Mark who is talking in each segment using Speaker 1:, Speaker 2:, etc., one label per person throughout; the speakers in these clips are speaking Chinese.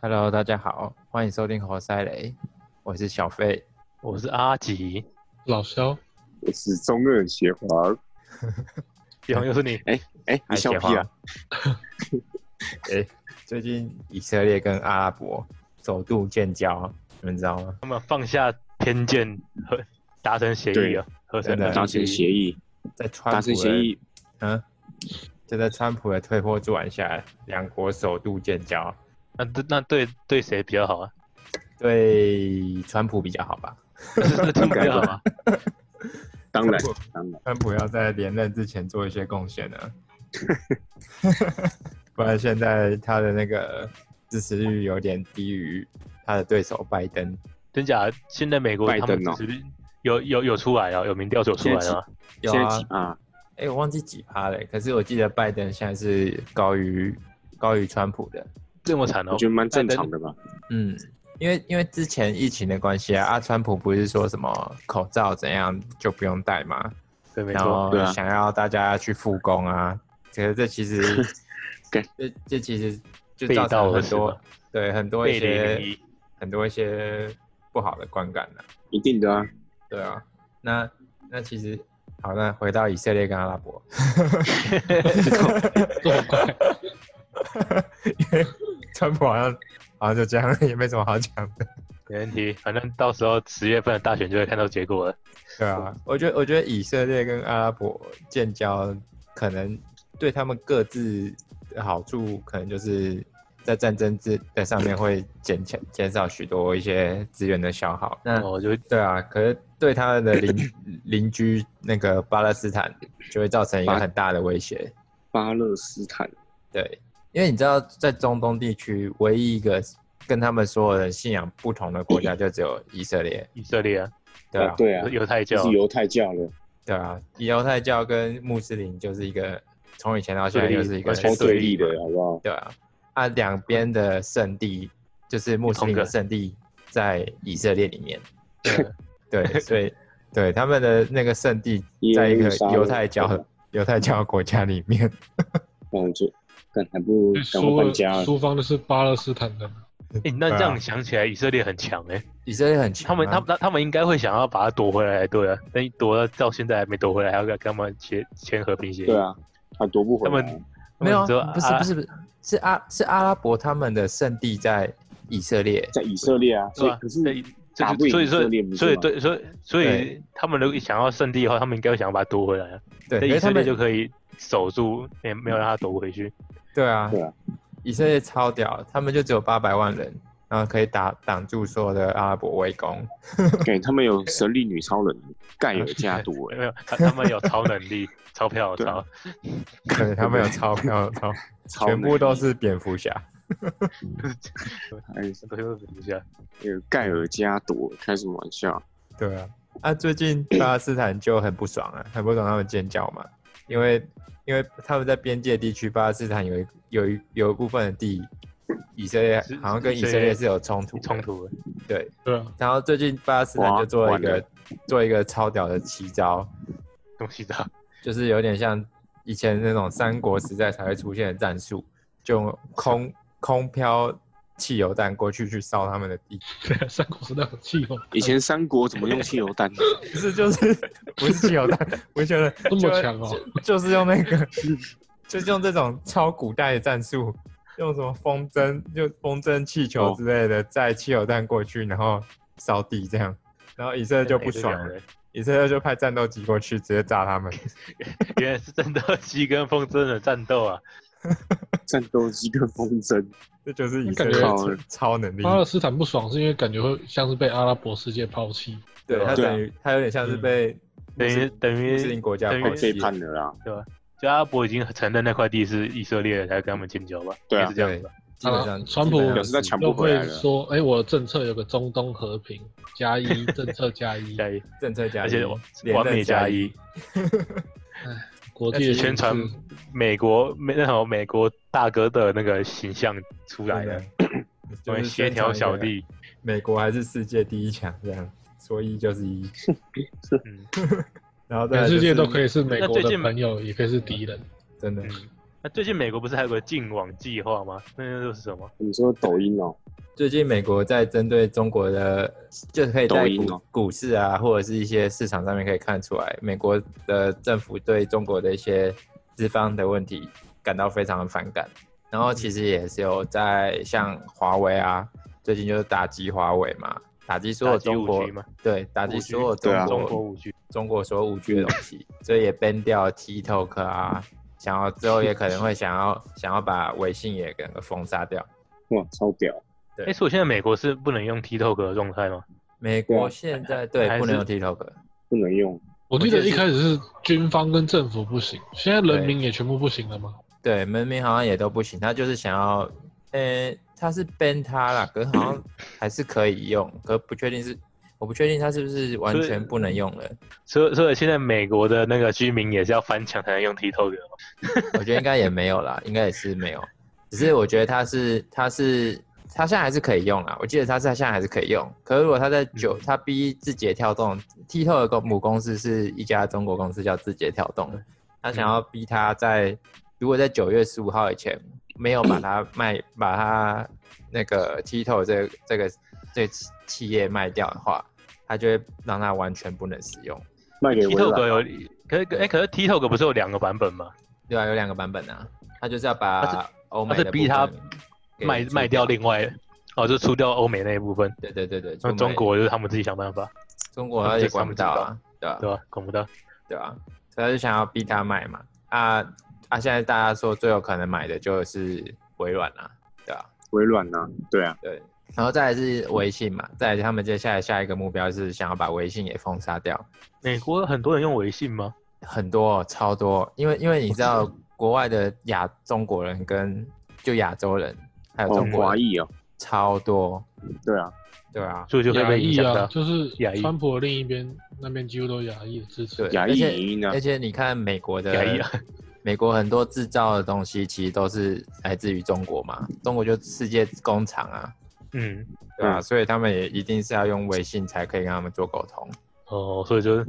Speaker 1: Hello，大家好，欢迎收听活塞雷，我是小飞。
Speaker 2: 我是阿 吉，
Speaker 3: 老肖，
Speaker 4: 我是中二邪皇，
Speaker 2: 然后又是你，
Speaker 4: 哎、你笑屁啊！
Speaker 1: 哎、最近以色列跟阿拉伯首度建交，你们知道吗？
Speaker 2: 他们放下偏见和达成协议了，合成
Speaker 1: 真的
Speaker 2: 了。
Speaker 4: 达成协议，
Speaker 1: 在川普哎
Speaker 4: 达
Speaker 1: 的
Speaker 4: 成协，议，
Speaker 1: 嗯，就在川普的退货助澜下，两国首度建交，
Speaker 2: 那对那对对谁比较好啊？
Speaker 1: 对川普比较好吧？
Speaker 2: 是真比较好 吗？
Speaker 4: 当然
Speaker 1: 川普
Speaker 4: 当然，
Speaker 1: 川普要在连任之前做一些贡献呢， 不然现在他的那个支持率有点低于他的对手拜登。
Speaker 2: 真假？现在美国
Speaker 4: 拜
Speaker 2: 他
Speaker 4: 登
Speaker 2: 们
Speaker 4: 哦
Speaker 2: 只是有有有出来啊，有民调有出来
Speaker 4: 现在
Speaker 2: 了吗？
Speaker 1: 有
Speaker 4: 现
Speaker 1: 啊
Speaker 4: 在几，啊，
Speaker 1: 哎、我忘记几趴了，可是我记得拜登现在是高于高于川普的，
Speaker 2: 这么惨哦
Speaker 4: 我觉！得蛮正常的吧。
Speaker 1: 嗯，因为因为之前疫情的关系啊，啊，川普不是说什么口罩怎样就不用戴嘛，
Speaker 2: 对，没
Speaker 1: 然
Speaker 2: 错，
Speaker 1: 后
Speaker 4: 对啊
Speaker 1: 想要大家去复工啊，可是这 其实
Speaker 4: 干
Speaker 1: 这这其实就
Speaker 2: 背
Speaker 1: 造
Speaker 2: 道
Speaker 1: 成
Speaker 2: 而
Speaker 1: 很
Speaker 2: 驰
Speaker 1: 多
Speaker 2: 嘛
Speaker 1: 对很多一
Speaker 2: 背离
Speaker 1: 些
Speaker 2: 离异
Speaker 1: 很多一些不好的观感呢、
Speaker 4: 一定的啊，
Speaker 1: 对啊，那那其实好，那回到以色列跟阿拉 伯，
Speaker 3: 这么快，
Speaker 1: 因为 川普好像好像就这样，也没什么好讲的。
Speaker 2: 没问题。反正到时候十月份的大选就会看到结果了。
Speaker 1: 对啊，我觉得我觉得以色列跟阿拉伯建交，可能对他们各自的好处，可能就是在战争之在上面会减减减少许多一些资源的消耗。那
Speaker 2: 哦我就
Speaker 1: 对啊，可是对他们的邻 邻居那个巴勒斯坦就会造成一个很大的威胁。
Speaker 4: 巴勒斯坦
Speaker 1: 对，因为你知道，在中东地区，唯一一个跟他们所有人信仰不同的国家，就只有以色列。
Speaker 2: 以色列啊，
Speaker 1: 对啊，
Speaker 4: 哦对啊，
Speaker 2: 犹太
Speaker 4: 这
Speaker 2: 教
Speaker 4: 是犹太教了，
Speaker 1: 对啊，犹太教跟穆斯林就是一个从以前到现在
Speaker 2: 对立
Speaker 1: 就是一个
Speaker 2: 完全
Speaker 4: 超对立的
Speaker 2: 对立，
Speaker 4: 好不好？
Speaker 1: 对啊，啊两边的圣地就是穆斯林的圣地在以色列里面，
Speaker 2: 嗯
Speaker 1: 对，所以对他们的那个圣地
Speaker 4: 耶
Speaker 1: 在一个
Speaker 4: 路撒冷
Speaker 1: 犹太教犹太教国家里面，
Speaker 4: 嗯，就干还不如赶
Speaker 3: 输了
Speaker 4: 快搬家了。
Speaker 3: 输方的是巴勒斯坦人，
Speaker 2: 诶
Speaker 1: 对
Speaker 2: 那
Speaker 1: 啊
Speaker 2: 这 样想起来，以色列很强哎。
Speaker 1: 以色列很强啊、
Speaker 2: 他们他们他们应该会想要把它夺回来，对啊，但夺到现在还没夺回来，还要跟他们签签和平协议。
Speaker 4: 对，啊，他夺不回来
Speaker 2: 他们
Speaker 4: 啊。
Speaker 1: 没有
Speaker 2: 说
Speaker 1: 啊，不是不，是不是是阿是阿拉伯他们的圣地在以色列，
Speaker 4: 在以色列啊，
Speaker 2: 对
Speaker 4: 所以
Speaker 2: 吧？
Speaker 4: 可
Speaker 2: 所
Speaker 4: 是
Speaker 2: 以
Speaker 4: 打不赢
Speaker 2: 所以
Speaker 4: 以色列
Speaker 2: 说，
Speaker 4: 不是
Speaker 2: 所以
Speaker 4: 吗
Speaker 2: 对，所以所以
Speaker 1: 对
Speaker 2: 他们如果想要圣地的话，他们应该会想要把它夺回来啊。
Speaker 1: 对，
Speaker 2: 但
Speaker 1: 可
Speaker 2: 以
Speaker 1: 是
Speaker 2: 色
Speaker 1: 他
Speaker 2: 列
Speaker 1: 们
Speaker 2: 就可以守住，也没有让他夺回去。
Speaker 1: 对啊，
Speaker 4: 对啊
Speaker 1: 以色列超屌，他们就只有八百万人，然后可以打挡住所有的阿拉伯围攻。
Speaker 4: 给他们有神力女超人哎盖尔加朵， 哎
Speaker 2: 没有，他他们有超能力，钞票
Speaker 4: 对啊
Speaker 2: 超，
Speaker 1: 对，他们有钞票，超
Speaker 4: 超
Speaker 1: 全部
Speaker 4: 能
Speaker 1: 都
Speaker 4: 力
Speaker 1: 是蝙蝠侠。
Speaker 4: 哎
Speaker 2: 都用一下。
Speaker 4: 那个盖尔加朵，开什么玩笑？
Speaker 1: 对啊，啊，最近巴勒斯坦就很不爽啊， 很不爽他们建交嘛，因为因为他们在边界地区，巴勒斯坦有一有一有一部分的地，以色列
Speaker 2: 是
Speaker 1: 好像跟以色列是有冲突的
Speaker 2: 冲。突了，
Speaker 1: 对，
Speaker 3: 对啊，
Speaker 1: 然后最近巴勒斯坦
Speaker 4: 哇
Speaker 1: 就做了一
Speaker 4: 完
Speaker 1: 个做一个超屌的奇招，
Speaker 2: 东西的，
Speaker 1: 就是有点像以前那种三国时代才会出现的战术，就用空空飘汽油弹过去去烧他们的地，
Speaker 3: 啊三国时代很气哦，
Speaker 4: 以前三国怎么用汽油弹？
Speaker 1: 不是就是 不是汽油弹，我觉得
Speaker 3: 这么强哦，
Speaker 1: 就是用那个，就是用这种超古代的战术，用什么风筝就风筝气
Speaker 3: 哦
Speaker 1: 球之类的，载汽油弹过去，然后烧地这样，然后以色列就不爽
Speaker 2: 哎这
Speaker 1: 了
Speaker 2: 两，人
Speaker 1: 以色列就派战斗机过去直接炸他们。
Speaker 2: 原来是真的西跟风筝的战斗啊！
Speaker 4: 战斗机跟风筝，
Speaker 1: 这就是以色
Speaker 3: 感
Speaker 1: 列
Speaker 3: 觉
Speaker 1: 超
Speaker 4: 好了
Speaker 1: 超能力，
Speaker 3: 巴勒斯坦不爽是因为感觉会像是被阿拉伯世界抛弃，
Speaker 1: 对他
Speaker 4: 对啊
Speaker 1: 等于他有点
Speaker 2: 嗯
Speaker 1: 像是被
Speaker 2: 等于等
Speaker 1: 穆斯
Speaker 2: 于
Speaker 1: 林国家
Speaker 2: 等于
Speaker 1: 抛
Speaker 4: 被
Speaker 1: 弃
Speaker 4: 背，叛了啦！
Speaker 2: 就阿拉伯已经承认那块地是以色列的，才跟他们建交吧？
Speaker 4: 对啊
Speaker 2: 应该是这样子吧。
Speaker 1: 基本
Speaker 3: 啊
Speaker 1: 上
Speaker 3: 川普
Speaker 1: 基本上
Speaker 4: 表示在抢
Speaker 3: 又
Speaker 4: 不回来
Speaker 3: 会
Speaker 4: 了。
Speaker 3: 说，哎，我的政策有个中东和平加一政策加一，
Speaker 2: 加一，
Speaker 1: 政策加一，
Speaker 2: 而且我
Speaker 1: 连
Speaker 2: 完
Speaker 1: 任
Speaker 2: 美加一，，
Speaker 3: 国际的
Speaker 2: 宣传
Speaker 3: 形
Speaker 1: 嗯
Speaker 3: 势
Speaker 2: 美国美那种美国大哥的那个形象出来
Speaker 1: 真
Speaker 2: 了
Speaker 1: 的，，
Speaker 2: 我
Speaker 1: 就
Speaker 2: 们
Speaker 1: 是
Speaker 2: 协调
Speaker 1: 宣传
Speaker 2: 小
Speaker 1: 一个
Speaker 2: 弟，
Speaker 1: 美国还是世界第一强，这样说一就是一，
Speaker 2: 嗯
Speaker 1: 然后再来就
Speaker 3: 全
Speaker 1: 是
Speaker 3: 世
Speaker 1: 啊
Speaker 3: 界都可以是美
Speaker 2: 那
Speaker 3: 国
Speaker 2: 最
Speaker 3: 的
Speaker 2: 近
Speaker 3: 朋友，也可以是敌人。
Speaker 1: 真的
Speaker 2: 嗯，
Speaker 5: 那最近美国不是还有个禁网计划吗？那又是什么？
Speaker 4: 你说抖音哦，
Speaker 1: 最近美国在针对中国的，就是可以
Speaker 4: 抖
Speaker 1: 在
Speaker 4: 音
Speaker 1: 股
Speaker 4: 哦
Speaker 1: 股市啊，或者是一些市场上面可以看出来，美国的政府对中国的一些资方的问题感到非常的反感。然后
Speaker 4: 嗯
Speaker 1: 其实也是有在像华为啊，最近就是打击华为嘛，打击所有
Speaker 5: 打击
Speaker 1: 中国
Speaker 5: 5G 吗
Speaker 1: 对打击
Speaker 5: 5G
Speaker 1: 所有中
Speaker 4: 对啊
Speaker 1: 国、
Speaker 5: 中国五 G，
Speaker 1: 中国所有五 G 的东 西，所以也 ban 掉 TikTok 啊，想要之后也可能会想要想要把微信也给封杀掉。
Speaker 4: 哇，超屌！
Speaker 1: 对
Speaker 5: 哎、所以现在美国是不能用 TikTok 的状态吗？
Speaker 1: 美
Speaker 4: 对
Speaker 1: 国
Speaker 4: 啊
Speaker 1: 现在对
Speaker 5: 还
Speaker 1: 不能用
Speaker 5: 是
Speaker 1: TikTok，
Speaker 4: 不能用，
Speaker 3: 我记得
Speaker 1: 我记得是
Speaker 3: 一开始是军方跟政府不行，现在人民也全部不行了吗？
Speaker 1: 对门明好像也都不行，他就是想要，呃、他是 ban 他啦，可是好像还是可以用，可不确定是，我不确定他是不是完
Speaker 5: 所以
Speaker 1: 全不能用了，
Speaker 5: 所以所以现在美国的那个居民也是要翻墙才能用 TikTok 的吗
Speaker 1: 我觉得应该也没有啦，应该也是没有，只是我觉得他是他是他现在还是可以用啦，我记得他是现在还是可以用，可是如果他在九、他逼字节跳动，TikTok 的公母公司是一家中国公司叫字节跳动，他想要逼他在、如果在九月十五号以前没有把它卖把它那个 TikTok 这个这个这个企企业卖掉的话，他就会让它完全不能使用，
Speaker 4: 卖给微
Speaker 5: ？TikTok
Speaker 4: 软。
Speaker 5: 有，可是哎、可是 TikTok 不是有两个版本吗？
Speaker 1: 对啊，有两个版本啊，他就是要
Speaker 5: 他
Speaker 1: 把欧美
Speaker 5: 他
Speaker 1: 的
Speaker 5: 是逼他
Speaker 1: 部分给
Speaker 5: 卖
Speaker 1: 除
Speaker 5: 卖掉另外，哦，就除掉欧美那一部分，
Speaker 1: 对对对对，
Speaker 5: 那
Speaker 1: 出
Speaker 5: 中
Speaker 1: 卖
Speaker 5: 国就是他们自己想办法，
Speaker 1: 中国
Speaker 5: 他
Speaker 1: 他
Speaker 5: 们
Speaker 1: 也
Speaker 5: 自己
Speaker 1: 管不到
Speaker 5: 管不
Speaker 1: 啊，对吧、
Speaker 5: 对吧？管不到，
Speaker 1: 对吧、所以他就想要逼他买嘛，啊啊！现在大家说最有可能买的就是微软啦、对吧、
Speaker 4: 微软呐、对啊，
Speaker 1: 对，然后再来是微信嘛，再来他们接下来下一个目标是想要把微信也封杀掉，
Speaker 5: 美国很多人用微信吗？
Speaker 1: 很多、哦、超多哦，因为因为你知道国外的亚中国人跟就亚洲人还有
Speaker 4: 哦
Speaker 1: 中，国
Speaker 4: 华
Speaker 1: 人、
Speaker 4: 裔哦，
Speaker 1: 超多，
Speaker 4: 对啊，
Speaker 1: 对啊，
Speaker 5: 所以就会
Speaker 3: 亚
Speaker 5: 被影
Speaker 3: 裔
Speaker 5: 响到。
Speaker 3: 啊，就是
Speaker 5: 亚裔
Speaker 3: 川普的另一边那边几乎都亚裔的支持
Speaker 1: 对，，
Speaker 4: 亚
Speaker 1: 而
Speaker 4: 裔
Speaker 1: 且
Speaker 4: 影音啊
Speaker 1: 而，且你看美国的
Speaker 5: 亚裔啊
Speaker 1: 美国很多制造的东西其实都是来自于中国嘛，中国就世界工厂啊，
Speaker 5: 嗯，
Speaker 1: 对吧、
Speaker 4: 嗯
Speaker 1: 所以他们也一定是要用微信才可以跟他们做沟通。
Speaker 5: 哦，所以就是，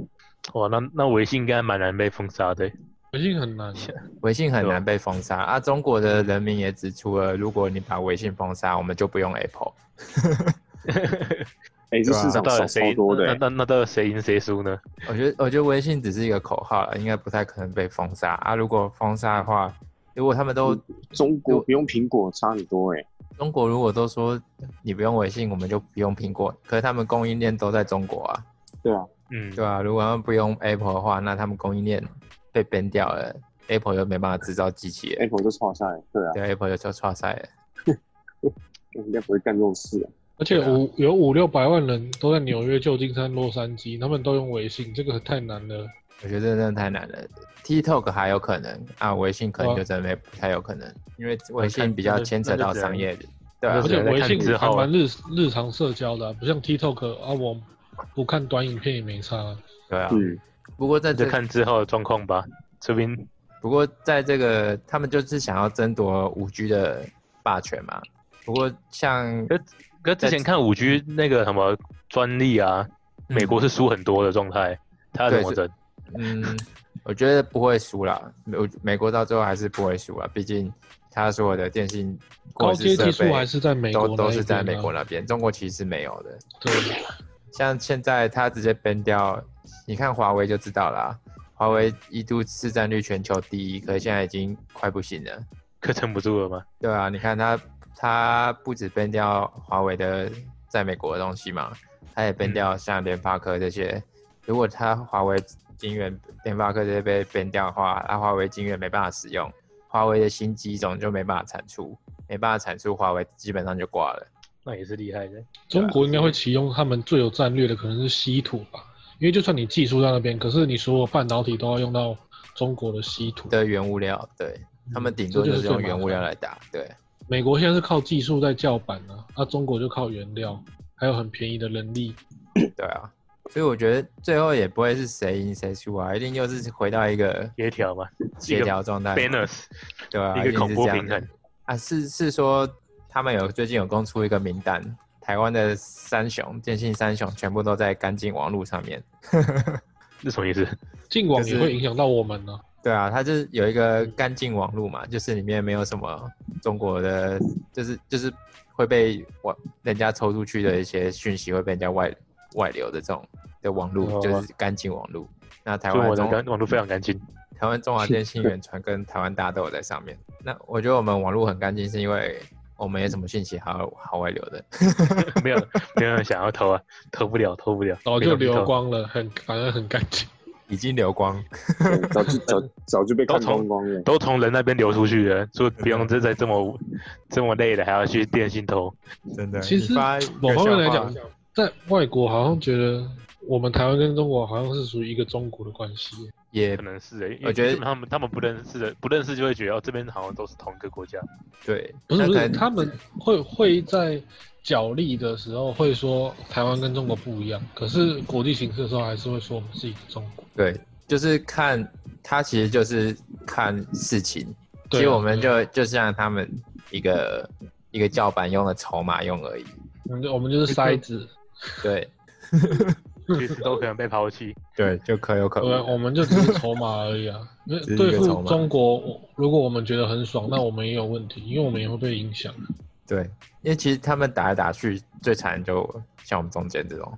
Speaker 5: 哇，那那微信应该蛮难被封杀的。
Speaker 3: 微信很难。
Speaker 1: 微信很
Speaker 5: 对
Speaker 1: 难被封杀啊！中国的人民也指出了，如果你把微信封杀，我们就不用 Apple。
Speaker 4: 哎、这
Speaker 1: 对啊
Speaker 4: 市
Speaker 5: 那
Speaker 4: 场
Speaker 5: 到
Speaker 4: 少
Speaker 5: 底谁
Speaker 4: 超多的、
Speaker 5: 那
Speaker 4: 欸，
Speaker 5: 那那到底谁赢谁输呢？
Speaker 1: 我觉得，我觉得微信只是一个口号了，应该不太可能被封杀啊！如果封杀的话，如果他们都
Speaker 4: 中国不用苹果差很多哎、
Speaker 1: 中国如果都说你不用微信，我们就不用苹果，可是他们供应链都在中国啊，
Speaker 4: 对啊，
Speaker 5: 嗯，
Speaker 1: 对啊，如果他们不用 Apple 的话，那他们供应链被 ban 掉了，Apple 又没办法制造机器了，
Speaker 4: ，Apple 就超下来，对啊，
Speaker 1: 对，Apple 又就差赛了。
Speaker 4: 应该不会干这种事啊，
Speaker 3: 而且五有五六百万人都在纽约、旧金山、洛杉矶，他们都用微信，这个太难了。
Speaker 1: 我觉得这真的太难了。TikTok 还有可能啊，微信可能
Speaker 3: 对
Speaker 1: 就
Speaker 3: 啊
Speaker 1: 真的没不太有可能，因为微
Speaker 5: 那
Speaker 1: 信
Speaker 5: 看
Speaker 1: 比较牵扯到商业的，对啊
Speaker 5: 那
Speaker 3: 而
Speaker 5: 就
Speaker 3: 且
Speaker 5: 只能
Speaker 3: 微
Speaker 5: 看
Speaker 3: 信
Speaker 5: 你之
Speaker 3: 还
Speaker 5: 后啊
Speaker 3: 蛮日日常社交的啊、不像 TikTok 啊，我不看短影片也没差啊。
Speaker 1: 对啊。
Speaker 4: 嗯，
Speaker 1: 不过在
Speaker 5: 就
Speaker 1: 这，
Speaker 5: 看之后的状况吧。这边
Speaker 1: 不过在这个，他们就是想要争夺五 G 的霸权嘛。不过像
Speaker 5: 可可之前看五 G 那个什么专利啊，美国是输很多的状态，他怎么整？
Speaker 1: 嗯，我觉得不会输啦，美美国到最后还是不会输啊啦，毕竟他所有的电信
Speaker 3: 高阶技
Speaker 1: 或者是设
Speaker 3: 术
Speaker 1: 备
Speaker 3: 还是在美国
Speaker 1: 都都是在
Speaker 3: 那一边啊
Speaker 1: 美国那边，中国其实没有的。
Speaker 3: 对，
Speaker 1: 像现在它直接 ban 掉，你看华为就知道啦。华为一度市占率全球第一，可是现在已经快不行了。
Speaker 5: 可撑不住了吗？
Speaker 1: 对啊，你看它，它不止 ban 掉华为的在美国的东西嘛，它也
Speaker 3: 嗯
Speaker 1: ban 掉像联发科这些。如果它华为晶圆、联发科这些被 ban 掉的话，那、华为晶圆没办法使用，华为的新机种就没办法产出，没办法产出，华为基本上就挂了。
Speaker 5: 那也是厉害的。
Speaker 3: 中国应该会启用他们最有战略的可能是稀土吧，因为就算你技术在那边，可是你所有半导体都要用到中国的稀土。
Speaker 1: 的原物料，对他们顶多
Speaker 3: 嗯这
Speaker 1: 就
Speaker 3: 就
Speaker 1: 是是用
Speaker 3: 最麻
Speaker 1: 原物料
Speaker 3: 烦
Speaker 1: 来打，对。
Speaker 3: 美国现在是靠技术在叫板啊，那、中国就靠原料，还有很便宜的人力。
Speaker 1: 对啊，所以我觉得最后也不会是谁赢谁输啊，一定又是回到一个
Speaker 5: 协调嘛，
Speaker 1: 协调状态嘛，
Speaker 5: ，banners，
Speaker 1: 对啊，
Speaker 5: 一个
Speaker 1: 定
Speaker 5: 恐
Speaker 1: 是
Speaker 5: 怖
Speaker 1: 这样
Speaker 5: 平
Speaker 1: 的
Speaker 5: 衡。
Speaker 1: 啊，是是说他们有最近有公出一个名单，台湾的三雄电信三雄全部都在干净网络上面，
Speaker 5: 是什么意思？
Speaker 3: 进网也会影响到我们呢、
Speaker 1: 对啊，它就是有一个干净网络嘛，就是里面没有什么中国的，就是就是会被网人家抽出去的一些讯息会被人家外外流的这种的网络，
Speaker 2: 哦
Speaker 1: 就是干净网络。那台
Speaker 2: 所以
Speaker 1: 湾
Speaker 2: 我的
Speaker 1: 中
Speaker 2: 干网络非常干净。
Speaker 1: 台湾中华电信、远传跟台湾大家都有在上面。那我觉得我们网络很干净，是因为我们有什么讯息好好外流的。
Speaker 2: 没有没有人想要偷啊，偷不了，偷不了，
Speaker 3: 早
Speaker 2: 没
Speaker 3: 就
Speaker 2: 东西偷
Speaker 3: 流，光了，很反正很干净。
Speaker 1: 已经流光，
Speaker 4: 对早就早早就被看光光了。
Speaker 2: 都从人那边流出去了，所以不用再再这么这么累了，还要去电信偷。
Speaker 1: 真的。
Speaker 3: 其实
Speaker 1: 你发一
Speaker 3: 某
Speaker 1: 个
Speaker 3: 方面来
Speaker 1: 笑话
Speaker 3: 讲，在外国好像觉得我们台湾跟中国好像是属于一个中国的关系。
Speaker 1: 也
Speaker 2: 可
Speaker 3: 嗯
Speaker 2: 能是诶、因为
Speaker 1: 我觉得
Speaker 2: 基本上他们他们不认识的，不认识就会觉得哦，这边好像都是同一个 国家。
Speaker 1: 对，
Speaker 3: 不是
Speaker 1: 那
Speaker 3: 不
Speaker 1: 可
Speaker 3: 是，
Speaker 1: 能
Speaker 3: 他们会会在角力的时候会说台湾跟中国不一样，可是国际形势的时候还是会说我们是一个中国。
Speaker 1: 对，就是看他其实就是看事情，其
Speaker 3: 对啊
Speaker 1: 实我们就就像他们一个一个叫板用的筹码用而已。
Speaker 3: 我们就我们就是筛子，
Speaker 1: 对
Speaker 2: 其实都可能被抛弃。
Speaker 1: 对，就可有可
Speaker 3: 对，我
Speaker 1: 无。
Speaker 3: 们就只是筹码而已啊。因为
Speaker 1: 嗯只是一个
Speaker 3: 对
Speaker 1: 筹
Speaker 3: 付
Speaker 1: 码
Speaker 3: 中国，我如果我们觉得很爽，那我们也有问题，因为我们也会被影响。
Speaker 1: 对，因为其实他们打来打去，最惨就像我们中间这种，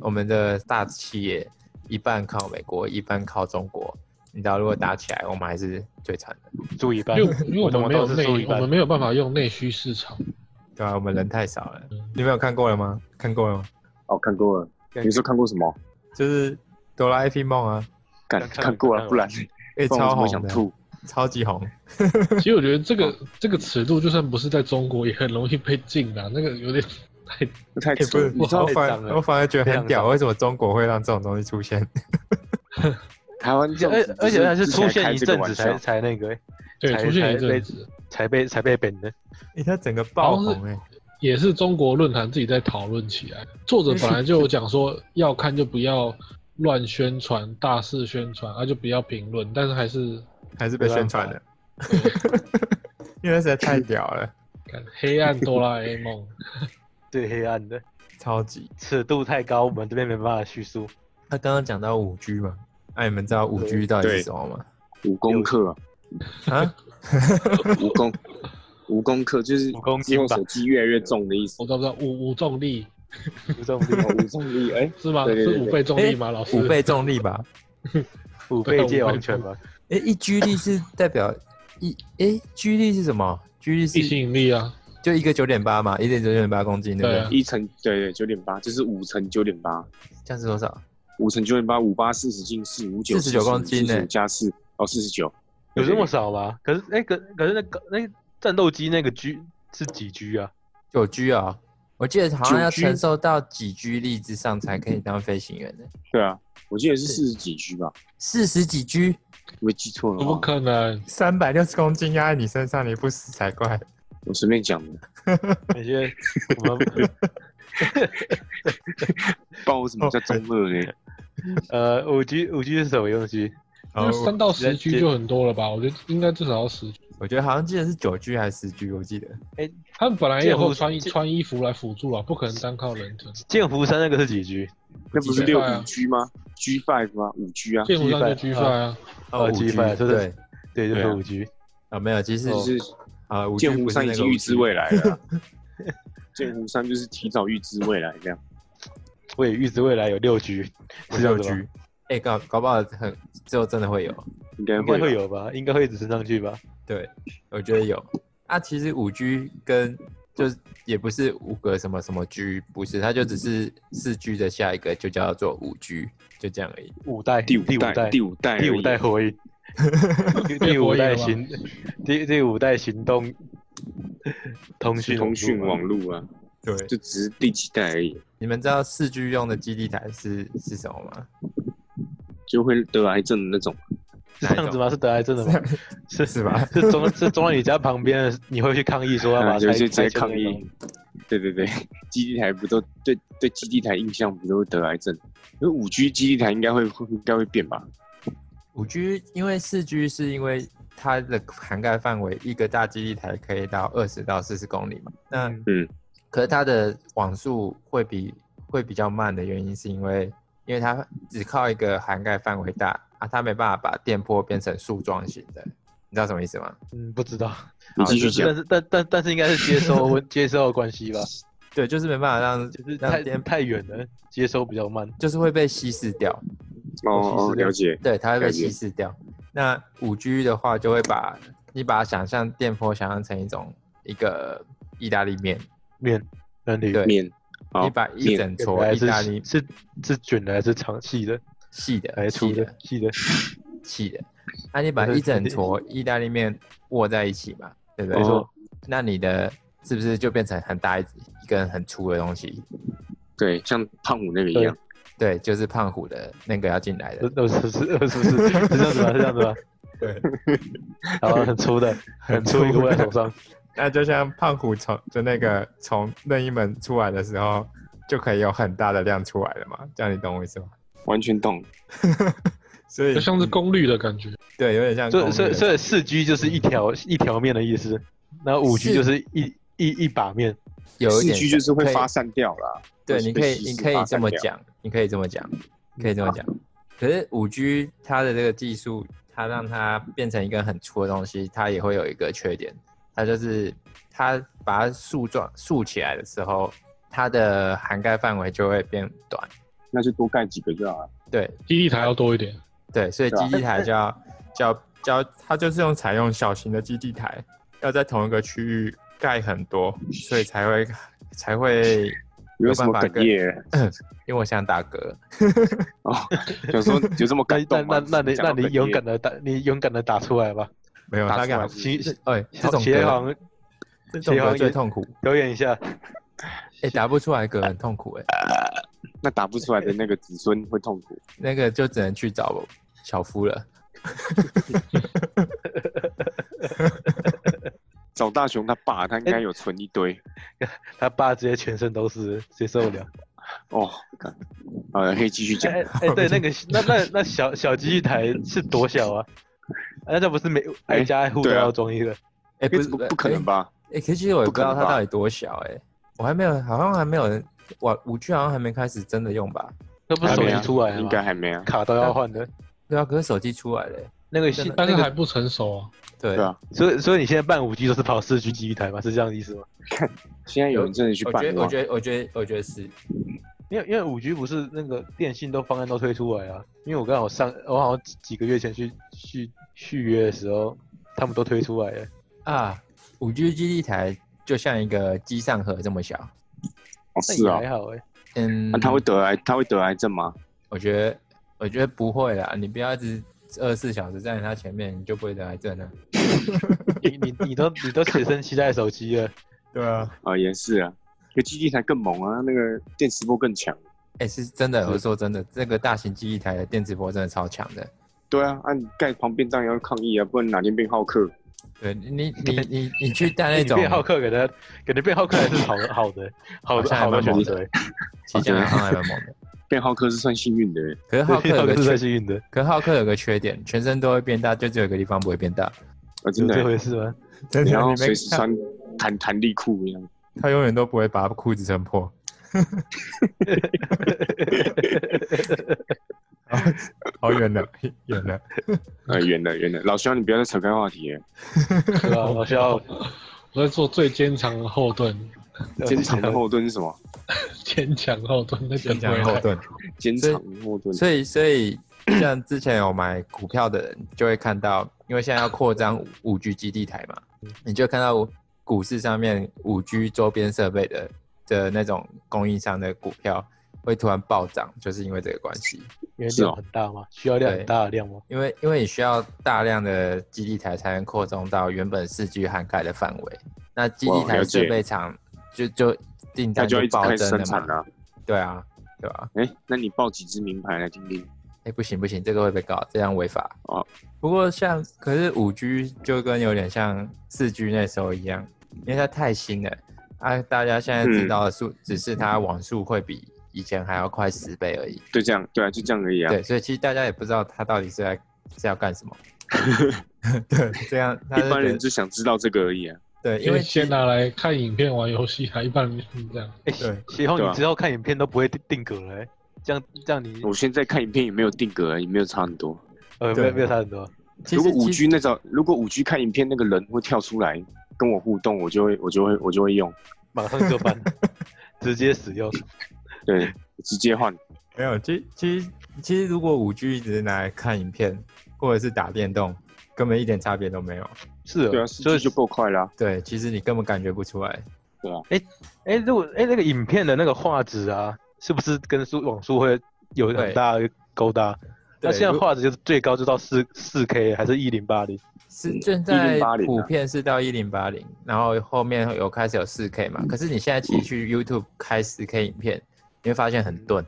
Speaker 1: 我们的大企业一半靠美国，一半靠中国。你知道，如果打起来，我们还是最惨的，
Speaker 2: 住一半，
Speaker 3: 因为因为我
Speaker 2: 我怎
Speaker 3: 们
Speaker 2: 么
Speaker 3: 没有
Speaker 2: 都是住一
Speaker 3: 内，我
Speaker 2: 半
Speaker 3: 们。没有办法用内需市场。
Speaker 1: 对啊，我们人太少了
Speaker 3: 嗯。
Speaker 1: 你们有看过了吗？看过了吗？
Speaker 4: 哦，看过了。你说看过什么？
Speaker 1: 就是《哆啦 A 梦》啊，
Speaker 4: 看
Speaker 2: 看
Speaker 4: 看过
Speaker 2: 看
Speaker 4: 了，
Speaker 2: 过
Speaker 4: 不然
Speaker 1: 哎、
Speaker 4: 不然
Speaker 1: 超
Speaker 4: 我怎么
Speaker 1: 红
Speaker 4: 想
Speaker 1: 的，
Speaker 4: 吐。哎
Speaker 1: 超级红。
Speaker 3: 其实我觉得这个这个尺度，就算不是在中国，也很容易被禁啊。那个有点太
Speaker 4: 太
Speaker 1: 哎也不
Speaker 4: 扯
Speaker 1: 是
Speaker 4: 了，，你知道
Speaker 1: 我反
Speaker 2: 太脏了
Speaker 1: 我反而觉得很
Speaker 2: 非常
Speaker 1: 屌，
Speaker 2: 脏
Speaker 1: 为什么中国会让这种东西出现？
Speaker 4: 台湾这样
Speaker 2: 而
Speaker 4: 子，
Speaker 2: 而且还是
Speaker 4: 之前
Speaker 2: 出
Speaker 4: 开
Speaker 2: 现一
Speaker 4: 这个
Speaker 2: 阵
Speaker 4: 玩
Speaker 2: 子
Speaker 4: 笑
Speaker 2: 才才那个、欸，
Speaker 3: 对，
Speaker 2: 才
Speaker 3: 出现
Speaker 2: 才
Speaker 3: 一
Speaker 2: 被
Speaker 3: 阵子，
Speaker 2: 才被才被 ban 的。
Speaker 1: 你看整个爆
Speaker 3: 好像是
Speaker 1: 红哎、
Speaker 3: 也是中国论坛自己在讨论起来。作者本来就有讲说，要看就不要乱宣传、大肆宣传，啊就不要评论，但是还是
Speaker 1: 还是被宣传的， 因为实在太屌了，
Speaker 3: 看黑暗哆啦 A 梦。
Speaker 2: 最黑暗的
Speaker 1: 超级。
Speaker 2: 尺度太高，我们这边没办法叙 述。
Speaker 1: 他刚刚讲到五 G 嘛，那、你们知道五 G 到底是什么吗？
Speaker 4: 武功课，
Speaker 1: 啊，
Speaker 4: 武功，武功课就是
Speaker 2: 武功
Speaker 4: 以
Speaker 2: 经
Speaker 4: 后
Speaker 2: 吧
Speaker 4: 手机越来越重的 意思。
Speaker 3: 我
Speaker 4: 哦
Speaker 3: 知道不知道五五重力
Speaker 2: 不重力，
Speaker 4: 哦武重力，哎，
Speaker 3: 是吗？
Speaker 4: 对对对
Speaker 3: 是
Speaker 4: 对
Speaker 3: 五倍重力
Speaker 2: 哎
Speaker 3: 吗？老师
Speaker 1: 五倍重力吧？
Speaker 2: 五
Speaker 3: 啊
Speaker 2: 倍界王权吧。
Speaker 1: 哎、一 G 力是代表一哎、G 力是什么？G 力
Speaker 3: 地吸
Speaker 1: 是
Speaker 3: 引力啊，
Speaker 1: 就一个九点八嘛，一点九点八公斤，对不
Speaker 3: 对啊
Speaker 1: 对？
Speaker 4: 一乘对对九点八，就是五乘九点八，
Speaker 1: 这样是多少？
Speaker 4: 五乘九点八，五八四十进四五九
Speaker 1: 49公斤呢
Speaker 4: 呢，加四哦四十九，
Speaker 2: 有这么少吗？可是那个、可是那个那个战斗机那个 G 是几 G 啊？
Speaker 1: 九 G 啊、我记得好像要
Speaker 4: 9G
Speaker 1: 承受到几 G 力之上才可以当飞行员的，
Speaker 4: 对啊，我记得是四十几 G 吧，
Speaker 1: 四十几 G。
Speaker 4: 没记
Speaker 2: 哦
Speaker 4: 错哦
Speaker 3: 怎
Speaker 4: 的
Speaker 3: 么
Speaker 4: 话，
Speaker 3: 可能？
Speaker 1: 三百六十公斤压在你身上，你不死才怪。
Speaker 4: 我随便讲的，
Speaker 2: 感觉我们
Speaker 4: 不然我怎么叫中二欸
Speaker 2: 哦
Speaker 4: 呢？
Speaker 2: 呃，五 G 五 G 是什么东西？
Speaker 1: 然后
Speaker 3: 三到十 G 就很多了吧？我觉得应该至少要十 G。
Speaker 1: 我觉得好像记得是九 G 还是十 G，我记得。
Speaker 3: 他们本来也会穿衣
Speaker 2: 这
Speaker 3: 穿衣服来辅助啊，不可能单靠人体。
Speaker 2: 剑湖山那个是几 G？
Speaker 4: 那不是六
Speaker 2: 啊
Speaker 4: 五 G 吗？G five 吗？五 G 啊，
Speaker 3: 剑湖山就
Speaker 2: G
Speaker 3: G
Speaker 2: 5
Speaker 3: f 啊，
Speaker 2: 哦
Speaker 1: 5G
Speaker 2: G 版就是
Speaker 1: 对
Speaker 2: 对，就
Speaker 4: 对
Speaker 2: 是
Speaker 4: 啊
Speaker 2: 五 G。
Speaker 1: 啊，没有，其实
Speaker 4: 就是
Speaker 1: 啊，五 G
Speaker 4: 哦剑湖
Speaker 1: 不是
Speaker 4: 山已
Speaker 1: 那个
Speaker 4: 经预知
Speaker 1: 5G
Speaker 4: 未来了啊，剑湖山就是提早预知未来这样。
Speaker 2: 我也预知未来有六 G，
Speaker 1: 不是
Speaker 2: 是
Speaker 1: 六
Speaker 2: 这样子
Speaker 1: G
Speaker 2: 吗？。
Speaker 1: 哎，搞搞不好很之后真的会有。
Speaker 4: 应该
Speaker 2: 应该
Speaker 4: 会
Speaker 2: 会
Speaker 4: 有。
Speaker 2: 有吧？应该会一直升上去吧？
Speaker 1: 对，我觉得有。啊，其实五 G 跟就是也不是五个什么什么 G，不是，它就只是四 G 的下一个就叫做五 G，就这样而已。
Speaker 2: 五代，
Speaker 4: 第
Speaker 2: 第
Speaker 4: 五代，
Speaker 2: 代，
Speaker 4: 第
Speaker 2: 第
Speaker 4: 五代而已，啊
Speaker 2: 五代火影，第五代 行，第第五代行动通
Speaker 4: 是
Speaker 2: 讯
Speaker 4: 通讯
Speaker 2: 网络
Speaker 4: 网
Speaker 2: 吗。
Speaker 4: 络啊，
Speaker 1: 对，
Speaker 4: 就只是第几代而已，
Speaker 1: 你们知道四 G 用的基地台是是什么吗？
Speaker 4: 就会得癌症的那种。啊
Speaker 2: 是这样子吗？是得癌症的吗？是
Speaker 1: 是吧？嗯
Speaker 2: 是中 是中在你家旁边的，你会去抗议说要把
Speaker 4: 啊，
Speaker 2: 它
Speaker 4: 就
Speaker 2: 拆
Speaker 4: 是直
Speaker 2: 拆
Speaker 4: 接
Speaker 2: 迁
Speaker 4: 抗
Speaker 2: 那种
Speaker 4: 议。对对 对，基地台不都对对基地台印象不都会得癌症？因为五 G 基地台应该会会应该会变吧？
Speaker 1: 五 G 因为四 G 是因为它的涵盖范围，一个大基地台可以到二十到四十公里嘛。那
Speaker 4: 嗯，
Speaker 1: 可是它的网速会比会比较慢的原因，是因为因为它只靠一个涵盖范围大，啊，他没办法把电波变成树状型的，你知道什么意思吗？
Speaker 6: 嗯，不知道。
Speaker 4: 你继
Speaker 6: 就
Speaker 4: 续
Speaker 6: 是
Speaker 4: 讲
Speaker 6: 但。是但但但是应该是接收 问接收的关系吧，
Speaker 1: 对，就是没办法让，
Speaker 6: 就是
Speaker 1: 让
Speaker 6: 太
Speaker 1: 电
Speaker 6: 太远了，接收比较慢。
Speaker 1: 就是会被稀释掉。
Speaker 4: 哦哦，了解。
Speaker 1: 对，它会被
Speaker 4: 了解
Speaker 1: 稀释掉。那五 G 的话，就会把你把它想象电波想象成一种一个意大利面，
Speaker 2: 面那里
Speaker 1: 对
Speaker 4: 面，哦好
Speaker 1: 你把一
Speaker 4: 面
Speaker 1: 整
Speaker 2: 卷的
Speaker 1: 坨
Speaker 2: 还
Speaker 1: 意大利
Speaker 2: 是是是卷的还是长细的
Speaker 1: 细的、
Speaker 2: 还是粗
Speaker 1: 细
Speaker 2: 的
Speaker 1: 的、
Speaker 2: 细的？
Speaker 1: 细的，那、你把一整坨意大利面握在一起嘛，对不对？
Speaker 4: 没错
Speaker 1: 那你的是不是就变成很大一一根很粗的东西？
Speaker 4: 对，像胖虎那个一样。
Speaker 1: 对，就是胖虎的那个要进来的，
Speaker 2: 二十四二十四是这样子吧？是这样子吧？
Speaker 1: 对，
Speaker 2: 然后很 粗的，很粗一个握在手上，
Speaker 1: 那就像胖虎从就那个从任意门出来的时候，就可以有很大的量出来了嘛，这样你懂我意思吗？
Speaker 4: 完全懂。
Speaker 1: 所以
Speaker 3: 就像是功率的感觉。
Speaker 1: 对，有点像
Speaker 2: 所
Speaker 1: 功
Speaker 2: 以
Speaker 1: 率
Speaker 2: 所以
Speaker 1: 的
Speaker 2: 所以四 G 就是一条一条面的意思，那五 G
Speaker 1: 是
Speaker 2: 就是一一一把面，
Speaker 1: 有一
Speaker 4: 四
Speaker 1: 点
Speaker 4: G 就是会
Speaker 1: 可以
Speaker 4: 发散掉啦。
Speaker 1: 对，
Speaker 4: 会
Speaker 1: 你
Speaker 4: 被
Speaker 1: 可以
Speaker 4: 稀释
Speaker 1: 你可以
Speaker 4: 发
Speaker 1: 这
Speaker 4: 散
Speaker 1: 么
Speaker 4: 掉
Speaker 1: 讲，你可以这么讲，可以这么讲。可是五 G 它的这个技术，它让它变成一个很粗的东西，它也会有一个缺点，它就是它把它竖状竖起来的时候，它的涵盖范围就会变短。
Speaker 4: 那就多盖几个就好了。
Speaker 1: 对
Speaker 3: 基地台要多一点，
Speaker 1: 对，所以
Speaker 4: 对啊
Speaker 1: 基地台就要就要就要，它就是用采用小型的基地台，要在同一个区域盖很多，所以才会才会，
Speaker 4: 有没有什么
Speaker 1: 办法
Speaker 4: 哽咽？
Speaker 1: 因为我想打嗝。
Speaker 4: 哦， 想说有这么
Speaker 2: 那
Speaker 4: 感
Speaker 2: 那
Speaker 4: 动吗
Speaker 2: 那？那你
Speaker 4: 讲
Speaker 2: 那
Speaker 4: 到哽
Speaker 2: 你
Speaker 4: 咽
Speaker 2: 勇敢的打，你勇敢的打出来吧。
Speaker 1: 没有，
Speaker 4: 打
Speaker 1: 他
Speaker 4: 出
Speaker 1: 干
Speaker 4: 来
Speaker 1: 嘛？
Speaker 4: 是
Speaker 2: 其实
Speaker 1: 哎、这种
Speaker 2: 协
Speaker 1: 歌
Speaker 2: 防
Speaker 1: 这种歌最痛苦。
Speaker 2: 表演一下，
Speaker 1: 哎、打不出来歌很痛苦哎、
Speaker 4: 那打不出来的那个子孙会痛苦。
Speaker 1: 那个就只能去找小夫了。
Speaker 4: 找大雄他爸，他应该有存一堆。
Speaker 2: 他爸直接全身都是，谁受得了？
Speaker 4: 哦，干好了，可以继续讲
Speaker 2: 哎。哎，对，那个那那那小小机器台是多小啊？啊那不是每挨家挨户都
Speaker 4: 对啊
Speaker 2: 要装一个？
Speaker 1: 哎、
Speaker 4: 因
Speaker 1: 不
Speaker 4: 为
Speaker 1: 是
Speaker 4: 不不可能？吧？
Speaker 1: 哎、欸可是其实我也
Speaker 4: 不
Speaker 1: 不知
Speaker 4: 可能
Speaker 1: 道
Speaker 4: 吧
Speaker 1: 它到底多小哎、我还没有，好像还没有人，哇，五 G 好像还没开始真的用吧？
Speaker 2: 那不是
Speaker 4: 还
Speaker 2: 手
Speaker 4: 没
Speaker 2: 机
Speaker 4: 啊
Speaker 2: 出来了
Speaker 4: 应该
Speaker 2: 吗？
Speaker 4: 还没啊。
Speaker 2: 卡都要换的。
Speaker 1: 对啊，可是手机出来了欸、
Speaker 2: 那个系，
Speaker 3: 但是
Speaker 2: 呃那个
Speaker 3: 还不成熟啊。
Speaker 1: 对
Speaker 4: 对啊，
Speaker 2: 所以所以你现在办五 G 都是跑四 G 基地台吗？是这样的意思吗？
Speaker 4: 现在有人真的去
Speaker 1: 我
Speaker 4: 办
Speaker 1: 觉
Speaker 4: 的
Speaker 1: 得，
Speaker 4: 话
Speaker 1: 我，觉得，我觉得，我觉得是，
Speaker 2: 因为因为五 G 不是那个电信都方案都推出来啊，因为我刚好上我好像几几个月前去续续约的时候，他们都推出来了。
Speaker 1: 啊，五 G 基地台就像一个机上盒这么小。
Speaker 4: 哦
Speaker 2: 那
Speaker 4: 是
Speaker 2: 也
Speaker 4: 啊
Speaker 2: 还，好哎、
Speaker 1: 嗯，
Speaker 4: 那他啊会得癌，他会得癌症吗？
Speaker 1: 我觉得，我觉得不会啦，你不要一直二十四小时站在他前面，你就不会得癌症了。
Speaker 2: 你你你都你都随身携带手机了，
Speaker 1: 对啊，
Speaker 4: 啊，也是啊。可基地台更猛啊，那个电磁波更强。
Speaker 1: 哎、是真的，
Speaker 2: 是
Speaker 1: 我说真的，这个大型记忆台的电磁波真的超强的。
Speaker 4: 对啊，按盖旁边当然要抗议啊，不然哪天变浩克。
Speaker 1: 对你，你你你你去带那
Speaker 2: 你
Speaker 1: 种
Speaker 2: 变浩克给他，给他变浩克还是好的好的好
Speaker 1: 好
Speaker 2: 的
Speaker 1: 像
Speaker 2: 好的
Speaker 1: 还蛮
Speaker 2: 选
Speaker 1: 猛
Speaker 2: 择欸，
Speaker 1: 骑将来还蛮猛的。
Speaker 4: 变浩克是算幸运的欸，
Speaker 1: 可是浩克
Speaker 2: 变浩
Speaker 1: 有
Speaker 2: 克
Speaker 1: 个
Speaker 2: 是最
Speaker 1: 缺，
Speaker 2: 幸运的，
Speaker 1: 可是浩克有个缺点，全身都会变大，就只有一个地方不会变大。
Speaker 4: 啊，真
Speaker 2: 有
Speaker 4: 的
Speaker 2: 这
Speaker 4: 欸。
Speaker 2: 回事吗？
Speaker 1: 真
Speaker 4: 然后
Speaker 1: 你没
Speaker 4: 随时
Speaker 1: 看
Speaker 4: 穿弹弹力裤一样。
Speaker 1: 他永远都不会把裤子撑破。 好好远了，远了。
Speaker 4: 呃，远了远了，老兄你不要再扯开话题了，
Speaker 2: 对啊吧？老肖，
Speaker 3: 我在做最坚强的后盾，
Speaker 4: 坚强的后盾是什么？
Speaker 3: 坚强后盾那个
Speaker 1: 先讲后盾。
Speaker 4: 坚强后盾。
Speaker 1: 所以，所以像之前有买股票的人，就会看到，因为现在要扩张五 G 基地台嘛，你就看到股市上面五 G 周边设备的的那种供应商的股票会突然暴涨，就是因为这个关系。
Speaker 2: 因为
Speaker 4: 是哦
Speaker 2: 量很大吗？需要量很大的量吗？
Speaker 1: 因为因为你需要大量的基地台才能扩充到原本四 G 涵盖的范围，那基地
Speaker 4: 哇
Speaker 1: 台
Speaker 4: 了解
Speaker 1: 设备厂就就订
Speaker 4: 他
Speaker 1: 单
Speaker 4: 就要一直
Speaker 1: 暴
Speaker 4: 开始
Speaker 1: 增
Speaker 4: 生
Speaker 1: 了
Speaker 4: 产
Speaker 1: 嘛，
Speaker 4: 了、
Speaker 1: 对啊，对啊。
Speaker 4: 哎、那你报几支名牌来听听？
Speaker 1: 哎、不行不行，这个会被告，这样违法。
Speaker 4: 哦
Speaker 1: 哦，不过像可是五 G 就跟有点像四 G 那时候一样，因为它太新了啊，大家现在
Speaker 4: 嗯
Speaker 1: 知道的数、只是它网速会比以前还要快十倍而已。
Speaker 4: 就这样，对啊，就这样而已啊。
Speaker 1: 对，所以其实大家也不知道它到底是在是要干什 么。对，这样他
Speaker 4: 一般人就想知道这个而已啊。
Speaker 1: 对，因
Speaker 3: 因为
Speaker 1: 为
Speaker 3: 先拿来看影片、玩游戏，还一般人这样。
Speaker 2: 哎
Speaker 1: 对，
Speaker 2: 协后
Speaker 4: 对
Speaker 2: 你
Speaker 4: 啊
Speaker 2: 之后看影片都不会定定格了欸，这样这样你
Speaker 4: 啊我现在看影片也没有定格，也没有差很多。
Speaker 2: 呃，没
Speaker 1: 对
Speaker 2: 有没有差很多。
Speaker 1: 其
Speaker 4: 如
Speaker 1: 实
Speaker 4: 果五
Speaker 1: 其实
Speaker 4: G 那种，如果五 G 看影片那个人会跳出来跟我互动，我就会我就会我就会用，
Speaker 2: 马上就 搬，直接使用。
Speaker 4: 对，直接换。
Speaker 1: 没有，其其实其实如果五 G 只是拿来看影片或者是打电动，根本一点差别都没有。
Speaker 2: 是哦，
Speaker 4: 对啊，
Speaker 2: 所
Speaker 4: 所
Speaker 2: 以
Speaker 4: 以就够快啦、
Speaker 1: 对，其实你根本感觉不出来。
Speaker 2: 哎，如果哎那个影片的那个画质啊，是不是跟数网速会有
Speaker 1: 对
Speaker 2: 很大的勾搭？那
Speaker 1: 对
Speaker 2: 现在
Speaker 1: 如
Speaker 2: 画质就是最高就到四四 K 还是一零八零？
Speaker 1: 是现在
Speaker 4: 1080啊
Speaker 1: 普遍是到一零八零，然后后面有开始有四 K
Speaker 4: 嗯
Speaker 1: 嘛。可是你现在其实去 YouTube 开四 K 影片，你会发现很钝，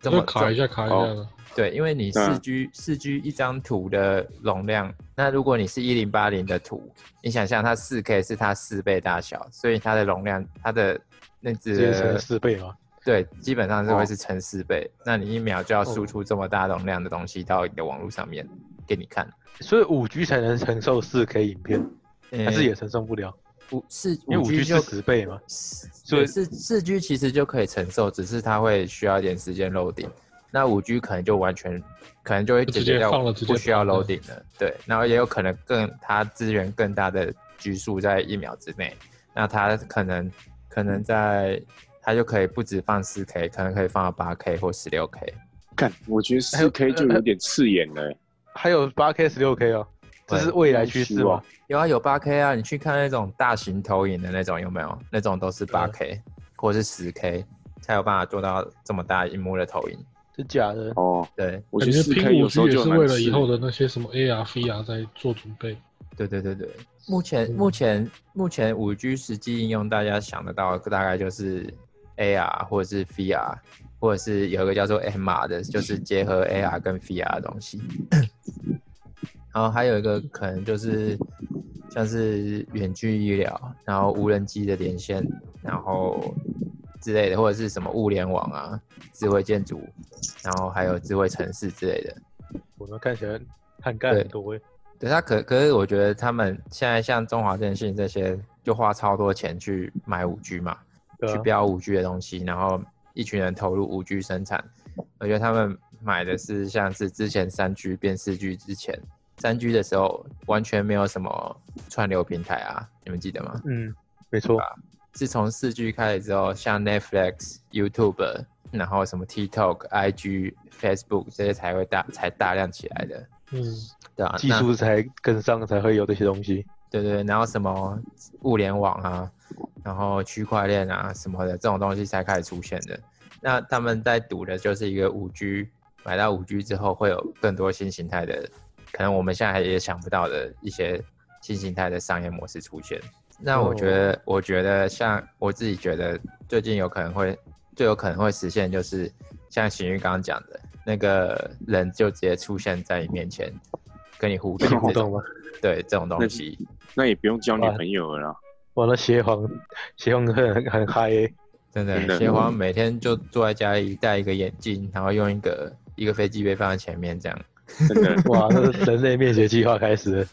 Speaker 1: 这
Speaker 3: 就
Speaker 1: 么
Speaker 3: 卡一下卡一下的。
Speaker 1: 对，因为你
Speaker 4: 对啊
Speaker 1: 四 G 四 G 一张图的容量，那如果你是一零八零的图，你想象它四 K 是它四倍大小，所以它的容量，它的那只
Speaker 2: 直接乘四倍嘛。
Speaker 1: 对，基本上是会
Speaker 4: 哦
Speaker 1: 是乘四倍。那你一秒就要
Speaker 2: 哦
Speaker 1: 输出这么大容量的东西到你的网络上面给你看，
Speaker 2: 所以五 G 才能承受四 K 影片，
Speaker 1: 但
Speaker 2: 但是也承受不了，
Speaker 1: 呃五是
Speaker 2: 因为
Speaker 1: 五
Speaker 2: 五 G
Speaker 1: 就是
Speaker 2: 十倍嘛。
Speaker 1: 所以四四 G 其实就可以承受，只是它会需要一点时间 loading。那五 G 可能就完全可能就会解决掉
Speaker 3: 直接放了直接
Speaker 1: 不需要
Speaker 3: 放了
Speaker 1: loading 了，对。然后也有可能更它资源更大的局数在一秒之内，那它可能可能在它就可以不止放四 K，可能可以放到八 K 或十六 K。
Speaker 4: 看，我觉得
Speaker 2: 还有
Speaker 4: 四 K 就有点刺眼了、欸。
Speaker 2: 还有八 K、十六 K 哦，这
Speaker 1: 对
Speaker 2: 是未来趋势
Speaker 4: 希
Speaker 2: 嘛
Speaker 4: 望？
Speaker 1: 有啊，有八 K 啊，你去看那种大型投影的那种有没有？那种都是八 K 或是十 K 才有办法做到这么大荧幕的投影。
Speaker 2: 是假的。
Speaker 4: 哦，
Speaker 1: 对，
Speaker 4: 我觉
Speaker 3: 感
Speaker 4: 得
Speaker 3: 觉
Speaker 4: 四
Speaker 3: 拼
Speaker 4: K
Speaker 3: 五
Speaker 4: 有时
Speaker 3: G
Speaker 4: 候
Speaker 3: 也
Speaker 4: 就是蛮
Speaker 3: 为
Speaker 4: 刺
Speaker 3: 了以
Speaker 4: 眼
Speaker 3: 后的那些什么 AR、VR E 在做准备。
Speaker 1: 对对对对，目前
Speaker 3: 嗯
Speaker 1: 目前目前五 G 实际应用，大家想得到的大概就是 AR 或者是 VR，或者是有一个叫做 MR 的，就是结合 AR 跟 VR 的东西。然后还有一个可能就是像是远距医疗，然后无人机的连线，然后之类的，或者是什么物联网啊、智慧建筑，然后还有智慧城市之类的。
Speaker 2: 我们看起来涵盖
Speaker 1: 对
Speaker 2: 很多欸，
Speaker 1: 对他可可是我觉得他们现在像中华电信这些，就花超多钱去买五 G 嘛，
Speaker 2: 对
Speaker 1: 去
Speaker 2: 啊，
Speaker 1: 标五 G 的东西，然后一群人投入五 G 生产。我觉得他们买的是像是之前三 G 变四 G 之前，三 G 的时候完全没有什么串流平台啊，你们记得吗？
Speaker 2: 嗯，没错，
Speaker 1: 啊自从四 G 开始之后，像 Netflix、YouTube，然后什么 TikTok、IG、Facebook 这些才会大才大量起来的，
Speaker 3: 嗯，
Speaker 1: 对啊，
Speaker 2: 技
Speaker 1: 那
Speaker 2: 术才跟上才会有这些东西。
Speaker 1: 对对，然后什么物联网啊，然后区块链啊什么的这种东西才开始出现的。那他们在赌的就是一个五 G，买到五 G 之后会有更多新形态的，可能我们现在也想不到的一些新形态的商业模式出现。那我觉得，我觉得像我自己觉得，最近有可能会最有可能会实现，就是像邢玉刚刚讲的，那个人就直接出现在你面前，跟你互动这种，
Speaker 2: 互动吗？
Speaker 1: 对这种
Speaker 4: 那
Speaker 1: 东西。
Speaker 4: 那也不用交女
Speaker 2: 哇
Speaker 4: 朋友了啦。
Speaker 2: 哇，那邪皇，邪皇很很很嗨欸，
Speaker 1: 真
Speaker 4: 真
Speaker 1: 的，
Speaker 4: 的
Speaker 1: 邪皇每天就坐在家里戴一个眼镜，然后用一个一个飞机杯放在前面这样。
Speaker 4: 真的
Speaker 2: 哇，那是人类灭绝计划开始 了。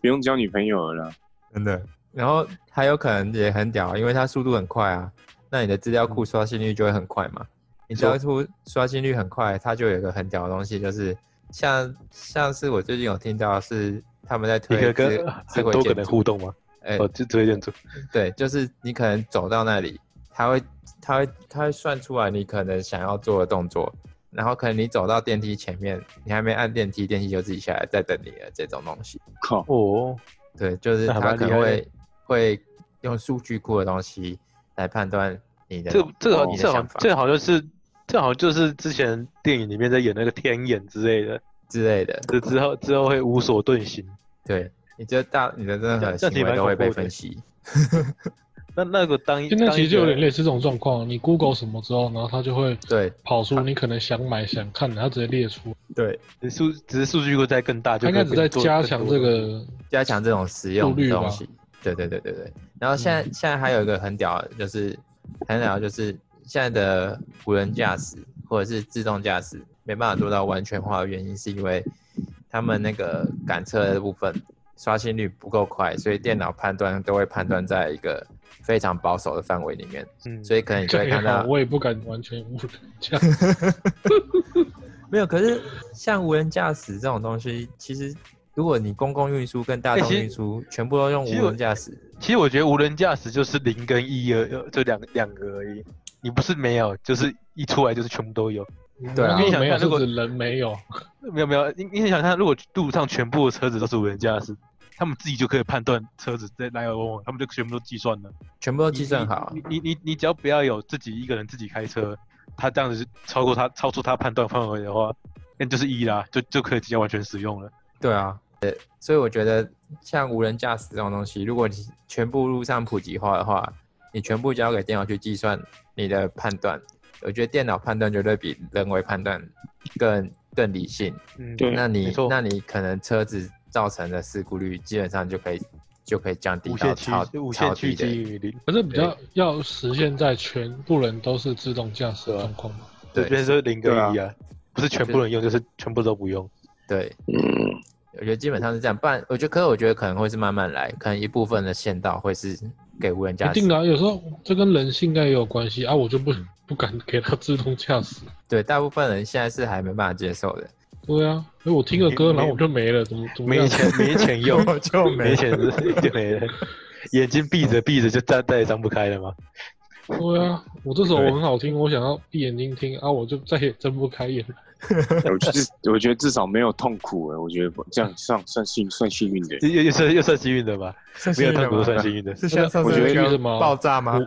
Speaker 4: 不用交女朋友了啦。
Speaker 1: 真的。然后还有可能也很屌，因为它速度很快啊，那你的资料库刷新率就会很快嘛。你资料库刷新率很快，它就有一个很屌的东西，就是像像是我最近有听到是他们在推
Speaker 2: 一个
Speaker 1: 智智
Speaker 2: 跟很
Speaker 1: 慧
Speaker 2: 多个
Speaker 1: 建
Speaker 2: 人
Speaker 1: 筑，
Speaker 2: 互动吗？
Speaker 1: 哎、
Speaker 2: 哦，就推荐组，
Speaker 1: 对，就是你可能走到那里，它会它会它会算出来你可能想要做的动作，然后可能你走到电梯前面，你还没按电梯，电梯就自己下来在等你了，这种东西。
Speaker 4: 靠，
Speaker 2: 哦，
Speaker 1: 对，就是
Speaker 2: 那还
Speaker 1: 他
Speaker 2: 蛮
Speaker 1: 可
Speaker 2: 厉
Speaker 1: 能
Speaker 2: 害的
Speaker 1: 会会用数据库的东西来判断你的
Speaker 2: 这个这个
Speaker 1: 哦你的
Speaker 2: 这好
Speaker 1: 想
Speaker 2: 像
Speaker 1: 法
Speaker 2: 这好像就是这好像就是之前电影里面在演那个天眼之类的，
Speaker 1: 之类的。
Speaker 2: 这之后之后会无所遁形。
Speaker 1: 对，你这大你的任何
Speaker 2: 这样
Speaker 1: 行
Speaker 2: 挺
Speaker 1: 为
Speaker 2: 蛮
Speaker 1: 都会
Speaker 2: 恐
Speaker 1: 被
Speaker 2: 怖的
Speaker 1: 分析。
Speaker 2: 那那个当一
Speaker 3: 现在
Speaker 2: 当
Speaker 3: 其
Speaker 2: 一
Speaker 3: 实就有点
Speaker 2: 个
Speaker 3: 类似这种状况，你 Google 什么之后，然后它就会
Speaker 1: 对
Speaker 3: 跑出你可能想买、想看的，它直接列出。
Speaker 1: 对，
Speaker 2: 数，只是数据库在更大，就
Speaker 3: 它应该
Speaker 2: 可
Speaker 3: 只
Speaker 2: 以
Speaker 3: 在
Speaker 2: 做
Speaker 3: 加
Speaker 2: 更
Speaker 3: 强
Speaker 2: 多
Speaker 3: 这个
Speaker 1: 加强这种实用
Speaker 3: 速
Speaker 1: 的
Speaker 3: 率吧
Speaker 1: 东西。对对对对对。然后现在、
Speaker 2: 嗯
Speaker 1: 现在还有一个很屌的，就是很屌的就是现在的无人驾驶或者是自动驾驶没办法做到完全化的原因，是因为他们那个感测的部分刷新率不够快，所以电脑判断都会判断在一个非常保守的范围里面，
Speaker 2: 嗯，
Speaker 1: 所以可能你就会
Speaker 3: 这啊也
Speaker 1: 看
Speaker 3: 好，
Speaker 1: 到
Speaker 3: 我也不敢完全无人驾
Speaker 1: 没有，可是像无人驾驶这种东西，其实如果你公共运输跟大
Speaker 2: 欸
Speaker 1: 众
Speaker 2: 其实
Speaker 1: 运输全部都用
Speaker 2: 其实
Speaker 1: 无
Speaker 2: 我
Speaker 1: 人驾驶，
Speaker 2: 其实我觉得无人驾驶就是零跟一而而这两两个而已，你不是没有，就是一出来就是全部都有。
Speaker 1: 对啊
Speaker 3: 那个没有
Speaker 2: 如
Speaker 3: 是
Speaker 2: 果
Speaker 3: 指人没有，
Speaker 2: 没有没有，你你想看，如果路上全部的车子都是无人驾驶，他们自己就可以判断车子在来来往往，他们就全部都计算了。
Speaker 1: 全部都计算好。啊
Speaker 2: 你你你你只要不要有自己一个人自己开车，他这样子超过他超出他判断范围的话，那就是一啦，就就可以直接完全使用了。
Speaker 1: 对啊，呃，所以我觉得像无人驾驶这种东西，如果你全部路上普及化的话，你全部交给电脑去计算你的判断，我觉得电脑判断绝对比人为判断更更理性。
Speaker 2: 嗯，
Speaker 4: 对
Speaker 1: 那
Speaker 2: 没
Speaker 1: 你
Speaker 2: 错
Speaker 1: 那你可能车子造成的事故率基本上就可以就可以降低
Speaker 2: 无
Speaker 1: 到
Speaker 2: 限趋
Speaker 1: 超
Speaker 2: 无
Speaker 1: 超
Speaker 2: 限
Speaker 1: 低
Speaker 2: 趋
Speaker 1: 的
Speaker 2: 近于零。
Speaker 3: 可是比较要实现在全部人都是自动驾驶的状况嘛。
Speaker 2: 这
Speaker 1: 对
Speaker 2: 边是零跟一
Speaker 4: 对
Speaker 2: 啊，不是全部人用，就是全部都不用。
Speaker 1: 对，
Speaker 4: 嗯，
Speaker 1: 我觉得基本上是这样。不然，我觉得可是我觉得可能会是慢慢来，可能一部分的线道会是给无人驾
Speaker 3: 一
Speaker 1: 驶
Speaker 3: 定。啊，有时候这跟人性应该也有关系啊，我就不不敢给他自动驾驶。
Speaker 1: 对，大部分人现在是还没办法接受的。
Speaker 3: 对啊，因为我听个歌，
Speaker 2: 没
Speaker 3: 然后我就没了，怎么怎么
Speaker 2: 没
Speaker 3: 样？
Speaker 2: 钱没钱用，
Speaker 1: 我就 没
Speaker 2: 没钱就没了，眼睛闭着闭着就再再也张不开了嘛。
Speaker 3: 对啊，我这首
Speaker 1: 对
Speaker 3: 我很好听，我想要闭眼睛听啊，我就再也睁不开眼。
Speaker 4: 我就是我觉得至少没有痛苦哎，我觉得这样算算幸算幸运的。
Speaker 2: 又又又算又算幸运的 吧，没有
Speaker 1: 看
Speaker 2: 痛苦都算幸运的。
Speaker 1: 是像上
Speaker 4: 我
Speaker 1: 次
Speaker 4: 觉得
Speaker 1: 那
Speaker 3: 是
Speaker 1: 个
Speaker 3: 什么
Speaker 1: 爆炸吗？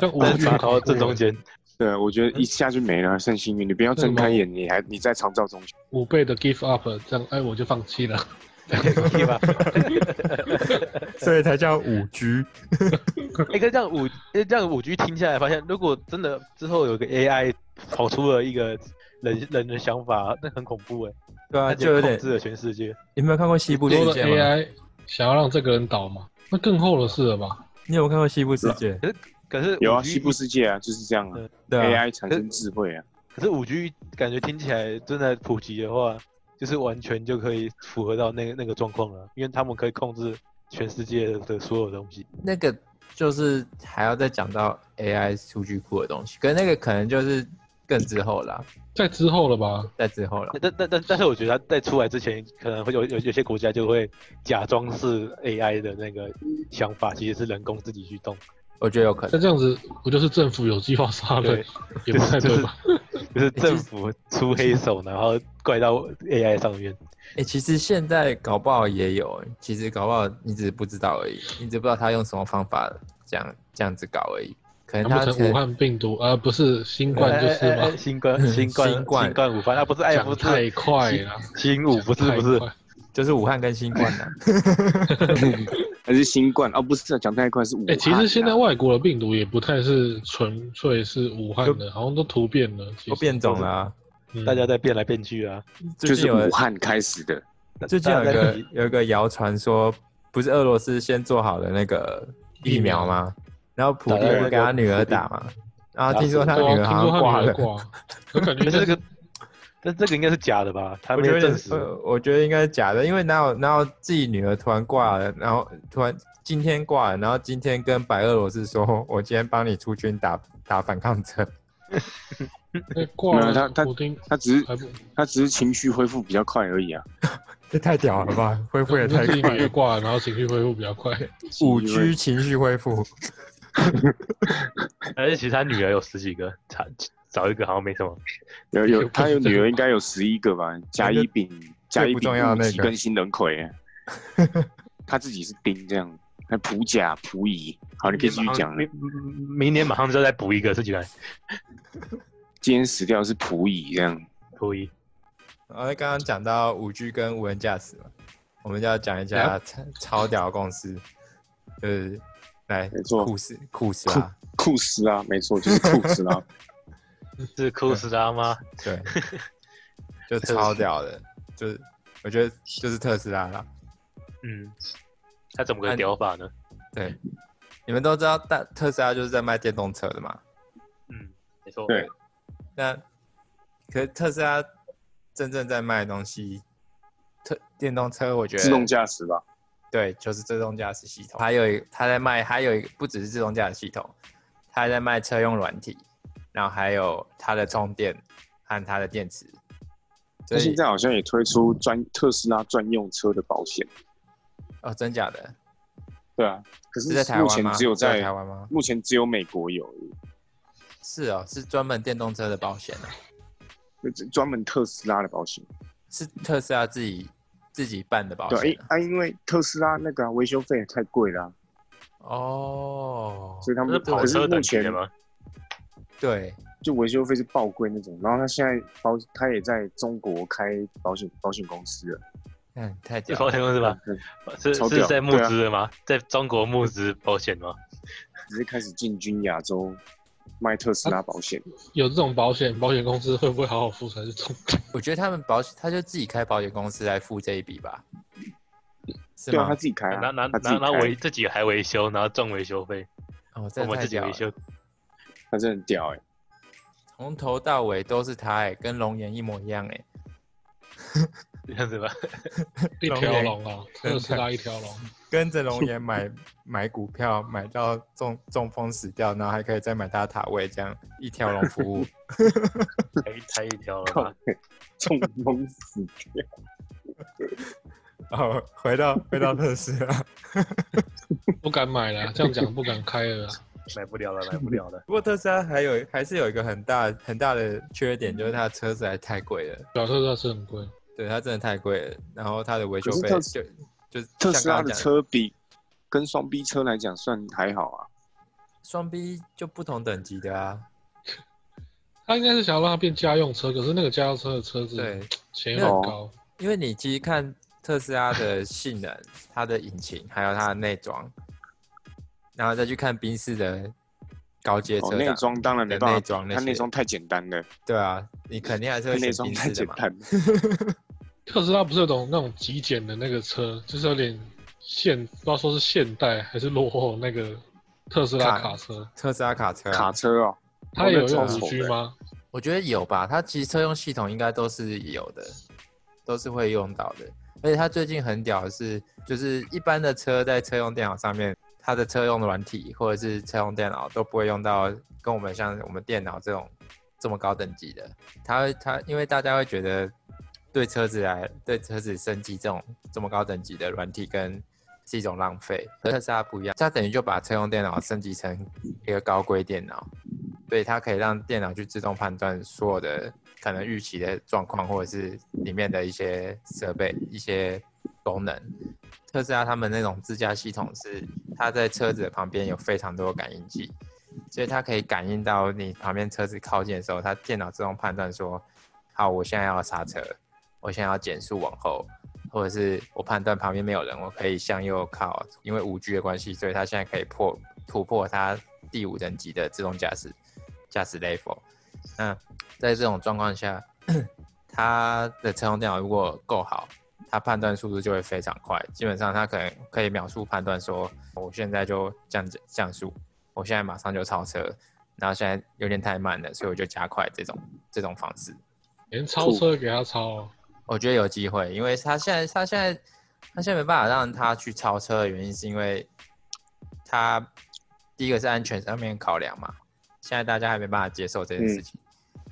Speaker 3: 像我
Speaker 2: 但是考到正中 间，
Speaker 4: 对啊，我觉
Speaker 1: 嗯
Speaker 4: 得一下就没了，算幸运。你不要睁开眼，你还你在长照中心。
Speaker 3: 五倍的 give up，这样哎我就放弃了。
Speaker 2: 对吧？
Speaker 1: 所以才叫五 G。
Speaker 2: 哎，可是这样五，哎这样五 G 听下来，发现如果真的之后有个 AI 跑出了一个人人的想法，那很恐怖哎，
Speaker 1: 对啊，
Speaker 2: 它
Speaker 1: 就有点
Speaker 2: 控。制了全世界。
Speaker 1: 你有没有看过《西部
Speaker 3: 多
Speaker 1: 世
Speaker 3: 了
Speaker 1: 界》吗？
Speaker 3: AI 想要让这个人倒嘛，那更厚的事了吧？
Speaker 1: 你有没有看过《西部世界》？
Speaker 2: 可是
Speaker 4: 有啊，
Speaker 2: 5G
Speaker 4: 西部世界啊，就是这样啊。
Speaker 1: 对啊，
Speaker 4: AI 产生智慧啊，
Speaker 2: 可是五 G 感觉听起来真的普及的话，就是完全就可以符合到那个那个状况了，因为他们可以控制全世界的所有东西。
Speaker 1: 那个就是还要再讲到 AI 数据库的东西，可是那个可能就是更之后啦，
Speaker 3: 在之后了吧？
Speaker 1: 在之后啦。
Speaker 2: 但但但但是我觉得它在出来之前，可能会有有有些国家就会假装是 AI 的那个想法，其实是人工自己去动，
Speaker 1: 我觉得有可
Speaker 3: 那
Speaker 1: 能。
Speaker 3: 这样子不就是政府有计划杀人
Speaker 2: 对，
Speaker 3: 也不太对吧？
Speaker 2: 就是政府出黑手，然后怪到 AI 上面。
Speaker 1: 哎、其实现在搞不好也有、欸，其实搞不好你只是不知道而已，你只不知道他用什么方法这样这样子搞而已。可能
Speaker 3: 难
Speaker 1: 他
Speaker 3: 不
Speaker 1: 可
Speaker 3: 成武
Speaker 1: 能
Speaker 3: 汉病毒，而、不是新冠就是
Speaker 2: 哎哎哎
Speaker 3: 吗？
Speaker 2: 新冠新冠
Speaker 1: 新冠
Speaker 2: 新冠五番，那不是哎
Speaker 3: 讲
Speaker 2: 不是
Speaker 3: 太快了，
Speaker 2: 新五不是
Speaker 3: 讲太
Speaker 2: 不是
Speaker 3: 快，
Speaker 1: 就是武汉跟新冠啊。
Speaker 4: 还是新冠哦，不是啊讲太快是武汉啊。
Speaker 1: 欸
Speaker 3: 哎、其实现在外国的病毒也不太是纯粹是武汉的，好像都突变了，其实
Speaker 1: 都变种了、啊。
Speaker 3: 嗯
Speaker 2: 大家在变来变去啊。
Speaker 1: 最
Speaker 4: 就
Speaker 1: 近
Speaker 4: 是
Speaker 1: 有
Speaker 4: 武汉开始的，
Speaker 1: 最近有一
Speaker 2: 大家在
Speaker 1: 个有一个谣传说，不是俄罗斯先做好了那个疫苗吗？然后普
Speaker 2: 打
Speaker 1: 丁
Speaker 2: 了
Speaker 1: 不给他女儿打嘛，然后听说他
Speaker 3: 对
Speaker 1: 女儿
Speaker 3: 啊听
Speaker 1: 好
Speaker 3: 说
Speaker 1: 像
Speaker 3: 他
Speaker 1: 挂
Speaker 3: 女
Speaker 1: 了
Speaker 3: 儿。挂，我感觉
Speaker 2: 但是
Speaker 3: 这
Speaker 2: 这个，但这个应该是假的吧？他
Speaker 1: 我
Speaker 2: 没有
Speaker 1: 觉
Speaker 2: 证
Speaker 1: 得
Speaker 2: 实。
Speaker 1: 呃，我觉得应该是假的，因为哪有哪有自己女儿突然挂了，然后突然今天挂了，然后今天跟白俄罗斯说，我今天帮你出军打打反抗者。
Speaker 3: 那挂
Speaker 4: 没有他
Speaker 3: 了，
Speaker 4: 他
Speaker 3: 普丁
Speaker 4: 他只是
Speaker 3: 还不，
Speaker 4: 他只是情绪恢复比较快而已啊。
Speaker 1: 这太屌了吧！恢复也太
Speaker 3: 自己
Speaker 1: 快
Speaker 3: 女儿挂了，然后情绪恢复比较快。
Speaker 1: 五 G 情绪恢复，
Speaker 2: 而哎且其实他女儿有十几个，他找一个好像没什么。
Speaker 4: 有有，他有
Speaker 3: 这个
Speaker 4: 女儿应该有十一个吧，甲乙丙甲乙
Speaker 1: 不
Speaker 4: 丙
Speaker 1: 重要的
Speaker 4: 戊
Speaker 1: 那
Speaker 4: 己
Speaker 1: 个
Speaker 4: 跟新人魁 欸，他自己是丁这样，还普甲普乙。好，你可以继续讲了。
Speaker 2: 明明明年马上就要再补一个，自己来
Speaker 4: 今天死掉的是普乙这样，
Speaker 2: 补一。
Speaker 1: 然后刚刚讲到五 G 跟无人驾驶嘛，我们就要讲一
Speaker 3: 来
Speaker 4: 啊
Speaker 1: 家超超屌的公司，就是来
Speaker 4: 没错
Speaker 1: 酷斯酷斯啊，
Speaker 4: 库斯拉，没错，就是库斯拉。
Speaker 2: 是库斯拉吗？
Speaker 1: 对， 就超屌的，就是我觉得就是特斯拉啦。
Speaker 2: 嗯，他怎么
Speaker 4: 嗯
Speaker 2: 个屌法呢？
Speaker 1: 对，你们都知道大特斯拉就是在卖电动车的嘛，
Speaker 2: 嗯，没错。
Speaker 4: 对
Speaker 1: 那可是特斯拉真正在卖的东西，特电动车我觉得
Speaker 4: 自动驾驶吧，
Speaker 1: 对，就是自动驾驶系统。还有一他在卖，还有一个不只是自动驾驶系统，他还在卖车用软体，然后还有它的充电和它的电池，所
Speaker 4: 那现
Speaker 1: 以
Speaker 4: 在好像也推出专特斯拉专用车的保险，
Speaker 1: 哦，真假的？
Speaker 4: 对啊。可是
Speaker 1: 是在台
Speaker 4: 目
Speaker 1: 湾
Speaker 4: 前
Speaker 1: 吗？
Speaker 4: 只有
Speaker 1: 在
Speaker 4: 在
Speaker 1: 台湾吗？
Speaker 4: 目前只有美国有而已，
Speaker 1: 是哦，是专门电动车的保险啊，
Speaker 4: 那只专门特斯拉的保险。
Speaker 1: 是特斯拉自己自己办的保
Speaker 4: 对，哎、
Speaker 1: 险啊、
Speaker 4: 啊，因为特斯拉那个啊维、修费也太贵了啊、
Speaker 1: 哦，
Speaker 4: 所以他
Speaker 2: 这
Speaker 4: 们
Speaker 2: 是跑
Speaker 4: 可是
Speaker 2: 车
Speaker 4: 目
Speaker 2: 等级
Speaker 4: 前
Speaker 2: 的吗？
Speaker 1: 对，
Speaker 4: 就维修费是爆贵那种。然后他现在保他也在中国开保险保险公司了，
Speaker 1: 看嗯太
Speaker 2: 是
Speaker 1: 屌
Speaker 2: 保
Speaker 1: 了，
Speaker 2: 险公司吧？
Speaker 4: 嗯
Speaker 2: 是
Speaker 4: 超屌啊
Speaker 2: 是在募资的吗？在中国募资保险吗？
Speaker 4: 只是开始进军亚洲卖特斯拉保险。
Speaker 3: 有这种保险，保险公司会不会好好付才是重 点？
Speaker 1: 我觉得他们保险，他就自己开保险公司来付这一笔吧，是
Speaker 4: 对啊，
Speaker 1: 吗
Speaker 4: 他？自己开啊，
Speaker 2: 拿拿
Speaker 4: 他自己
Speaker 2: 拿拿
Speaker 4: 开
Speaker 2: 维自己还维修，然后赚维修费，
Speaker 1: 哦，
Speaker 2: 我
Speaker 1: 这
Speaker 2: 们
Speaker 1: 太
Speaker 2: 自己
Speaker 1: 屌
Speaker 2: 维
Speaker 1: 了，
Speaker 2: 修。
Speaker 4: 他真的很 屌哎、
Speaker 1: 从头到尾都是他哎、跟龙岩一模一样哎、
Speaker 2: 这样子 吧，
Speaker 3: 一条龙啊，特斯拉一条龙。
Speaker 1: 跟着龙岩 买买股票，买到中中风死掉，然后还可以再买他的塔位，这样一条龙服务。
Speaker 2: 拆拆一条了吧？
Speaker 4: 中风死掉。
Speaker 1: 哦，回到回到特斯拉，
Speaker 3: 不敢买了啊，这样讲不敢开了啊。
Speaker 2: 买不了了，买不了 了。
Speaker 1: 不过特斯拉还有还是有一个很大很大的缺点，就是它的车实在太贵了，
Speaker 3: 小特斯拉是很贵，
Speaker 1: 对它真的太贵了，然后它的维修
Speaker 4: 可是
Speaker 1: 费
Speaker 4: 特斯
Speaker 1: 就就
Speaker 4: 特斯拉
Speaker 1: 像刚刚
Speaker 4: 的
Speaker 1: 讲
Speaker 4: 车比跟双 B 车来讲算还好啊，
Speaker 1: 双 B 就不同等级的啊，
Speaker 3: 他应该是想要让它变家用车，可是那个家用车的车子
Speaker 1: 对，
Speaker 3: 钱又很高，
Speaker 1: 因为你其实看特斯拉的性能、它的引擎，还有它的内装，然后再去看宾士的高阶车
Speaker 4: 哦，
Speaker 1: 档
Speaker 4: 内装当然没
Speaker 1: 的内
Speaker 4: 办法，
Speaker 1: 装那
Speaker 4: 它内
Speaker 1: 些，
Speaker 4: 装太简单了，
Speaker 1: 对啊，你肯定还是
Speaker 4: 它
Speaker 1: 会
Speaker 4: 内
Speaker 1: 选
Speaker 4: 装
Speaker 1: 宾
Speaker 4: 太
Speaker 1: 士的
Speaker 4: 简
Speaker 1: 嘛。啊
Speaker 4: 单了。
Speaker 3: 特斯拉不是有种那种极简的那个车，就是有点现，不知道说是现代还是落后那个特斯拉
Speaker 1: 卡
Speaker 3: 卡车，
Speaker 1: 特斯拉卡车、
Speaker 4: 卡
Speaker 1: 啊，
Speaker 4: 车哦，
Speaker 3: 它也有
Speaker 4: 那
Speaker 3: 用
Speaker 4: 个超
Speaker 3: 五
Speaker 4: 丑
Speaker 3: G
Speaker 4: 的
Speaker 3: 吗？
Speaker 1: 我觉得有吧，它其实车用系统应该都是有的，都是会用到的。而且它最近很屌的是，就是一般的车在车用电脑上面，它的车用软体或者是车用电脑都不会用到跟我们像我们电脑这种这么高等级的。它会它因为大家会觉得对车子来对车子升级这种这么高等级的软体跟是一种浪费，而特斯拉不一样，它等于就把车用电脑升级成一个高规电脑，对，它可以让电脑去自动判断所有的可能预期的状况，或者是里面的一些设备、一些功能。特斯拉他们那种自驾系统是，它在车子的旁边有非常多的感应器，所以它可以感应到你旁边车子靠近的时候，它电脑自动判断说，好，我现在要刹车，我现在要减速往后，或者是我判断旁边没有人，我可以向右靠，因为五 G 的关系，所以它现在可以破突破它第五等级的自动驾驶驾驶 level。那在这种状况下，它的车用电脑如果够好，它判断速度就会非常快。基本上它可能可以秒速判断说，我现在就降降速，我现在马上就超车，然后现在有点太慢了，所以我就加快这种这种方式。
Speaker 3: 连超车给它超哦，
Speaker 1: 我觉得有机会，因为他现在他现在他现在没办法让他去超车的原因，是因为他第一个是安全上面考量嘛，现在大家还没办法接受这件事情。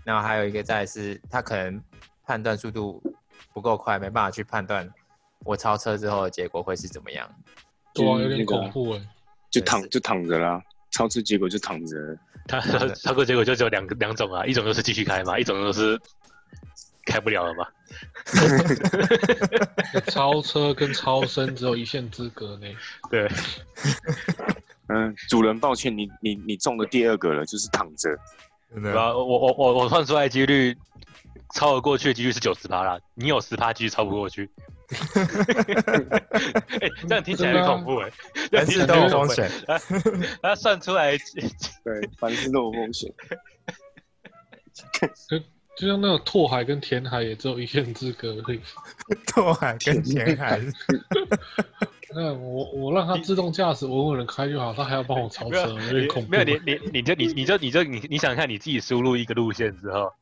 Speaker 1: 然后还有一个在是，他可能判断速度不够快，没办法去判断我超车之后的结果会是怎么样。
Speaker 3: 对啊，
Speaker 4: 嗯
Speaker 3: 有点
Speaker 4: 那个啊
Speaker 3: 恐怖哎。
Speaker 4: 就
Speaker 1: 对
Speaker 4: 躺
Speaker 1: 是
Speaker 4: 就躺着啦，超车结果就躺着了，
Speaker 2: 他他他说结果就只有两个两种啊，一种就是继续开嘛，一种就是开不了了嘛。
Speaker 3: 超车跟超生只有一线之隔呢。
Speaker 2: 对，
Speaker 4: 嗯，主人，抱歉，你你你中了第二个了，就是躺着。
Speaker 1: 真
Speaker 2: 然后啊我我我我算出来几率超得过去的几率是九十趴啦，你有十趴几率超不过去。 哎、这样听起来很恐怖哎、这
Speaker 1: 凡
Speaker 2: 样听起
Speaker 1: 事
Speaker 2: 来
Speaker 1: 都
Speaker 2: 很
Speaker 1: 有
Speaker 2: 恐
Speaker 1: 风
Speaker 2: 怖欸
Speaker 1: 险，
Speaker 2: 他算出来
Speaker 4: 对，凡事都有 风险。
Speaker 3: 就像那个拓海跟填海也只有一线之隔而已。
Speaker 1: 拓海啊跟前海是
Speaker 3: 那我我让它自动驾驶稳稳的开就好，它还要帮我超
Speaker 2: 没有
Speaker 3: 车，有点恐怖。欸
Speaker 2: 没有你你你就你你就你就你你想看你自己输入一个路线之后，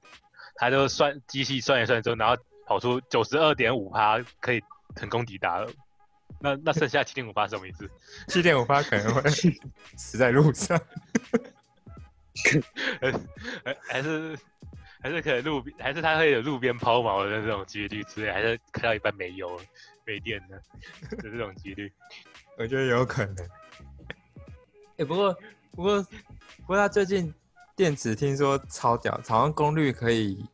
Speaker 2: 他就算机器算一算之后，然后跑出九十二点五趴可以成功抵达了，那那剩下七点五趴什么意思？
Speaker 1: 七点五八可能会 死在路上。
Speaker 2: 还还是还是可能路边，还是它会有路边抛锚的这种几率之类，还是开到一半没油了没电了的这种几率。
Speaker 1: 我觉得有可能。哎、不过不过不过，它最近电池听说超屌，好像功率可以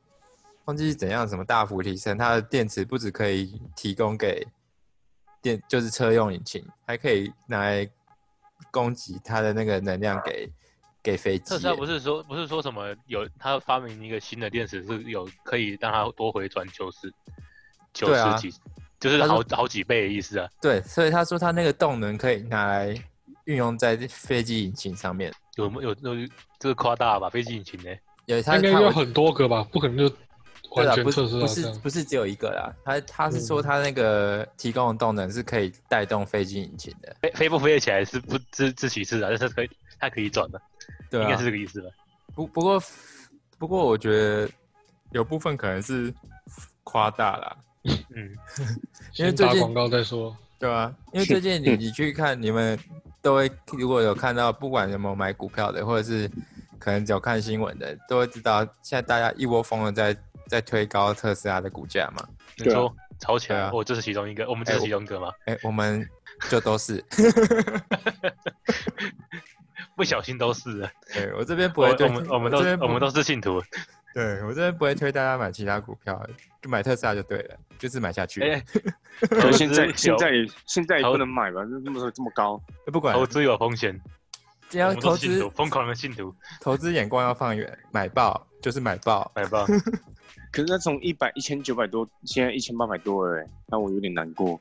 Speaker 1: 忘记是怎样什么大幅提升。它的电池不止可以提供给电，就是车用引擎，还可以拿来供给它的那个能量给给飞机
Speaker 2: 特
Speaker 1: 耶。
Speaker 2: 斯拉不是说不是说什么有它发明一个新的电池是有可以让它多回转九十九
Speaker 1: 对啊
Speaker 2: 十几，就是
Speaker 1: 他说
Speaker 2: 好好几倍的意思啊。
Speaker 1: 对，所以他说他那个动能可以拿来运用在飞机引擎上面。
Speaker 2: 有没有有这个夸大吧？飞机引擎呢？
Speaker 1: 有他
Speaker 3: 应该
Speaker 1: 他
Speaker 3: 要
Speaker 1: 有
Speaker 3: 很多个吧，不可能就
Speaker 1: 对
Speaker 3: 完
Speaker 1: 啦，
Speaker 3: 全
Speaker 1: 不是
Speaker 3: 测试到
Speaker 1: 不
Speaker 3: 这
Speaker 1: 是
Speaker 3: 样。嗯
Speaker 1: 不是只有一个啦，他他是说他那个提供的动能是可以带动飞机引擎的，
Speaker 2: 飞飞不飞得起来是不知知其次啊，但是它可以它可以转的，
Speaker 1: 对
Speaker 2: 应该
Speaker 1: 啊
Speaker 2: 是。这个意思吧？
Speaker 1: 不不过不过我觉得有部分可能是夸大啦，
Speaker 2: 嗯，
Speaker 1: 因为
Speaker 3: 先
Speaker 1: 最
Speaker 3: 打
Speaker 1: 近
Speaker 3: 广告再说。
Speaker 1: 对啊，因为最近
Speaker 2: 嗯
Speaker 1: 你你去看，你们都会如果有看到，不管有没有买股票的，或者是可能有看新闻的，都会知道现在大家一窝蜂的在在推高特斯拉的股价嘛。
Speaker 2: 你
Speaker 4: 对啊
Speaker 2: 说吵起
Speaker 1: 对
Speaker 2: 来
Speaker 1: 啊，
Speaker 2: 我这是其中一个，我们这
Speaker 1: 哎
Speaker 2: 是
Speaker 1: 我
Speaker 2: 其中一个吗？
Speaker 1: 哎、我们就都 是，
Speaker 2: 不小心都是啊，
Speaker 1: 对我这边不
Speaker 2: 我
Speaker 1: 会
Speaker 2: 我
Speaker 1: 对
Speaker 2: 们我们
Speaker 1: 这边
Speaker 2: 都
Speaker 1: 不
Speaker 2: 我们都是信徒。
Speaker 1: 对我这边不会推大家买其他股票，就买特斯拉就对了，就是买下去，
Speaker 2: 哎，
Speaker 4: 可
Speaker 2: 投
Speaker 4: 是现在
Speaker 2: 资
Speaker 4: 现在
Speaker 2: 有
Speaker 4: 也现在也
Speaker 2: 投
Speaker 4: 不能买吧？那这么这么高，
Speaker 1: 不管
Speaker 2: 投资有风险，
Speaker 1: 只
Speaker 2: 我
Speaker 1: 要
Speaker 2: 们都
Speaker 1: 投
Speaker 2: 是信徒，
Speaker 1: 资
Speaker 2: 疯狂的信徒，
Speaker 1: 投资眼光要放远，买爆就是买 爆，
Speaker 2: 买 吧。
Speaker 4: 可是它从一百一千九百多，现在一千八百多了、欸，那我有点难过。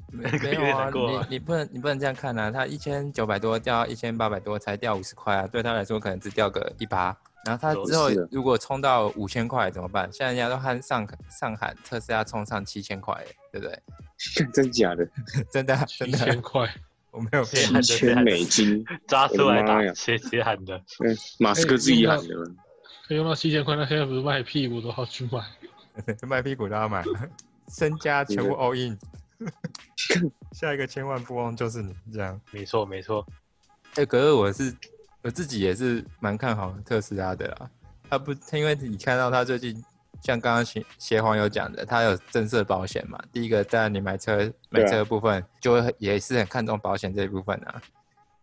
Speaker 1: 没
Speaker 2: 有
Speaker 1: 没
Speaker 2: 点
Speaker 1: 有啊，
Speaker 2: 难过啊
Speaker 1: 你你不能你不能这样看啊，它一千九百多掉一千八百多才掉五十块啊，对他来说可能只掉个一趴。然后他
Speaker 2: 哦
Speaker 1: 之后
Speaker 4: 都
Speaker 2: 啊
Speaker 4: 是
Speaker 1: 如果冲到五千块怎么办？现在人家都喊上上喊特斯拉冲上七千块耶，对不对？
Speaker 4: 真假的？
Speaker 1: 真的啊 真
Speaker 3: 七
Speaker 1: 的
Speaker 3: 千
Speaker 1: 啊，
Speaker 3: 块，
Speaker 1: 我没有骗
Speaker 2: 七千
Speaker 1: 你。
Speaker 4: 七千美金，
Speaker 2: 扎出来打
Speaker 4: 我的妈呀
Speaker 2: 斜斜喊的，
Speaker 4: 嗯，马斯克自己
Speaker 1: 哎
Speaker 4: 喊的。
Speaker 3: 可以用到七千块，那现在不是卖屁股都要去买？
Speaker 1: 卖屁股都要买，身家全部 all in，下一个千万富翁就是你这样。
Speaker 2: 没错没错，
Speaker 1: 哎、可是我是我自己也是蛮看好特斯拉的啦。他不，他因为你看到他最近像刚刚协协皇有讲的，他有增设保险嘛。第一个，当然你买车买
Speaker 4: 对啊
Speaker 1: 车的部分就会很也是很看重保险这一部分啊。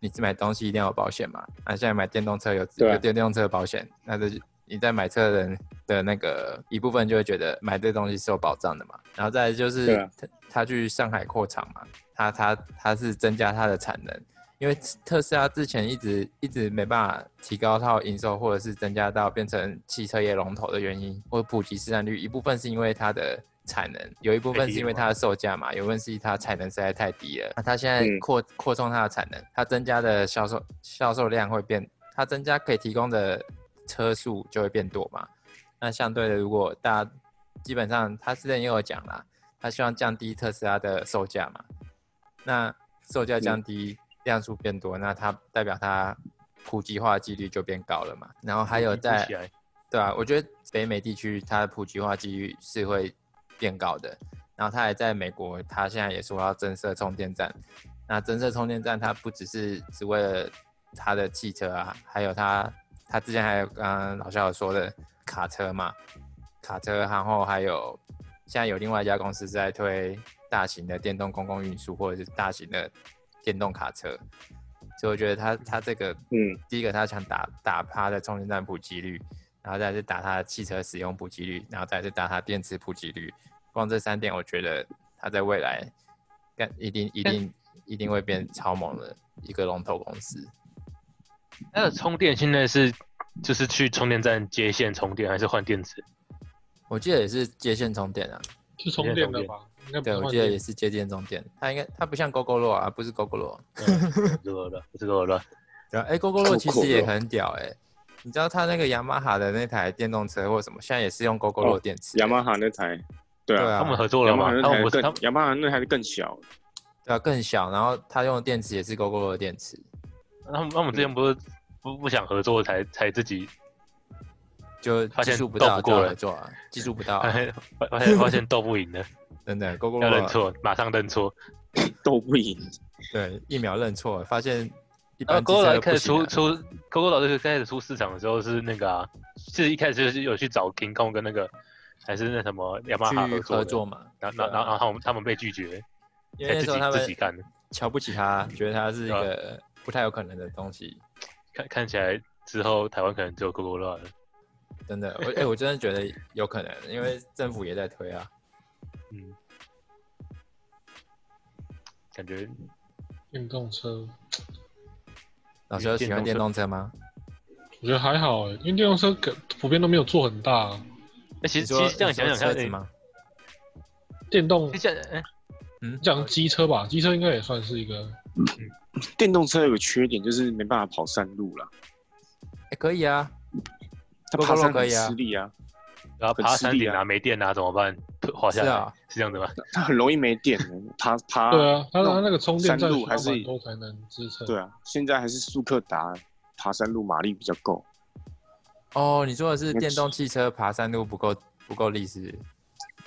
Speaker 1: 你买东西一定要有保险嘛。那、现在买电动车有
Speaker 4: 对啊
Speaker 1: 有电动车的保险，那这就你在买车的人的那个一部分就会觉得买这东西是有保障的嘛。然后再来就是
Speaker 4: 对啊
Speaker 1: 他他去上海扩厂嘛，他他他是增加它的产能，因为特斯拉之前一直一直没办法提高到营收，或者是增加到变成汽车业龙头的原因，或普及市占率，一部分是因为它的产能，有一部分是因为它的售价嘛，有一部分是它产能实在太低了。那啊它现在
Speaker 4: 嗯
Speaker 1: 扩扩充它的产能，它增加的销售销售量会变，它增加可以提供的车数就会变多嘛。那相对的，如果大家基本上他之前也有讲啦，他希望降低特斯拉的售价嘛。那售价降低，量数变多，那它代表它普及化几率就变高了嘛。然后还有
Speaker 2: 一步
Speaker 1: 在
Speaker 2: 起来
Speaker 1: 对啊，我觉得北美地区它的普及化几率是会变高的。然后它也在美国，它现在也说要增设充电站。那增设充电站，它不只是只为了它的汽车啊，还有它，它之前还有刚刚老校有说的卡车嘛，卡车，然后还有现在有另外一家公司是在推大型的电动公共运输或者是大型的电动卡车，所以我觉得它它这个
Speaker 4: 嗯，
Speaker 1: 第一个他想打打趴的充电站普及率，然后再来是打它的汽车使用普及率，然后再来是打它电池普及率。光这三点，我觉得它在未来干一定一定一定会变超猛的一个龙头公司。
Speaker 2: 它的充电现在是就是去充电站接线充电，还是换 电池？
Speaker 1: 我记得也是接线充电啊，
Speaker 3: 是充电的吧？应该不
Speaker 1: 对，
Speaker 3: 是
Speaker 1: 我
Speaker 3: 换
Speaker 1: 记得
Speaker 3: 电
Speaker 1: 也是接线充电。它应该它不像 GoGoRo 啊，不是 GoGoRo。
Speaker 2: 这个了，这个了，
Speaker 1: 对啊，哎，GoGoRo 其
Speaker 4: GoGoRo
Speaker 1: 实也很屌哎、你知道它那个雅马哈的那台电动车或什么，现在也是用 GoGoRo
Speaker 4: 哦
Speaker 1: 电池、
Speaker 4: 雅马哈那台，对
Speaker 1: 对
Speaker 4: 啊，
Speaker 1: 啊
Speaker 2: 他们合作
Speaker 4: 雅
Speaker 2: 了
Speaker 4: 马
Speaker 2: 吗
Speaker 4: 哈？
Speaker 2: 他
Speaker 4: 那
Speaker 2: 们不
Speaker 4: 台
Speaker 2: 是他
Speaker 4: 更
Speaker 2: 们
Speaker 4: 雅马哈那台更小，
Speaker 1: 对啊，更小，然后它用的电池也是 GoGoRo 的电池。
Speaker 2: 他们他们之
Speaker 1: 嗯
Speaker 2: 前不是不不想合作才才自己
Speaker 1: 就
Speaker 2: 发
Speaker 1: 技
Speaker 2: 现
Speaker 1: 术不
Speaker 2: 斗
Speaker 1: 到
Speaker 2: 不
Speaker 1: 就
Speaker 2: 过
Speaker 1: 要
Speaker 2: 了
Speaker 1: 合作啊，技 术不到
Speaker 2: 发
Speaker 1: 啊、
Speaker 2: 现发发现发现斗不赢 的，
Speaker 1: 真的 g o g
Speaker 2: 要认错，马上认错。
Speaker 4: 都不赢。
Speaker 1: 对，一秒认错，发现一
Speaker 2: 然后
Speaker 1: 般
Speaker 2: GoGo 老
Speaker 1: 机车
Speaker 2: 一开
Speaker 1: 不
Speaker 2: 始
Speaker 1: 行
Speaker 2: 出
Speaker 1: 啊、
Speaker 2: 出 GoGo 老师开始出市场的时候是那个啊是一开始就是有去找 King Kong 跟那个还是那什么雅马哈
Speaker 1: 去
Speaker 2: 合
Speaker 1: 合
Speaker 2: 作
Speaker 1: 作
Speaker 2: 的，
Speaker 1: 嘛，啊
Speaker 2: 然后然后然后然后他们他们被拒绝，
Speaker 1: 因为
Speaker 2: 才
Speaker 1: 那
Speaker 2: 自
Speaker 1: 时候
Speaker 2: 己
Speaker 1: 他
Speaker 2: 自己
Speaker 1: 们
Speaker 2: 干的，
Speaker 1: 瞧不起他，觉得他是一
Speaker 2: 对啊
Speaker 1: 个不太有可能的东西。
Speaker 2: 看看起来之后台湾可能只有 g o o g 了，
Speaker 1: 真的，我哎、我真的觉得有可能，因为政府也在推啊。
Speaker 2: 嗯，感觉
Speaker 3: 电动车，
Speaker 1: 老师有喜欢
Speaker 2: 电
Speaker 1: 电
Speaker 2: 动
Speaker 1: 动车吗？
Speaker 3: 我觉得还好哎，因为电动车可普遍都没有做很大、啊，
Speaker 2: 哎其
Speaker 1: 你
Speaker 2: 实
Speaker 1: 说
Speaker 2: 其实这样想想
Speaker 1: 你说车
Speaker 2: 看，
Speaker 1: 子
Speaker 2: 哎
Speaker 1: 吗？
Speaker 3: 电动
Speaker 2: 其实这样哎
Speaker 1: 嗯，
Speaker 3: 讲机车吧，机车应该也算是一个
Speaker 4: 电动车有个缺点就是没办法跑山路啦，
Speaker 1: 哎、可以啊，
Speaker 4: 它爬山
Speaker 1: 可
Speaker 4: 很
Speaker 1: 以啊
Speaker 4: 吃力啊，
Speaker 2: 然后
Speaker 4: 很
Speaker 2: 爬
Speaker 4: 吃
Speaker 2: 山
Speaker 4: 力
Speaker 2: 顶
Speaker 4: 啊
Speaker 2: 啊没电啊怎么办？滑
Speaker 1: 是
Speaker 2: 下来
Speaker 1: 啊，
Speaker 2: 是这样子吗？
Speaker 4: 它很容易没电的，爬爬
Speaker 3: 对啊，它
Speaker 4: 那种
Speaker 3: 它那个充电
Speaker 4: 山
Speaker 3: 站
Speaker 4: 路
Speaker 3: 需
Speaker 4: 还
Speaker 3: 要
Speaker 4: 是
Speaker 3: 蛮多才能支撑。
Speaker 4: 对啊，现在还是速克达爬山路马力比较够，
Speaker 1: 哦，你说的是
Speaker 4: 那
Speaker 1: 电动汽车爬山路不够不够力是不是？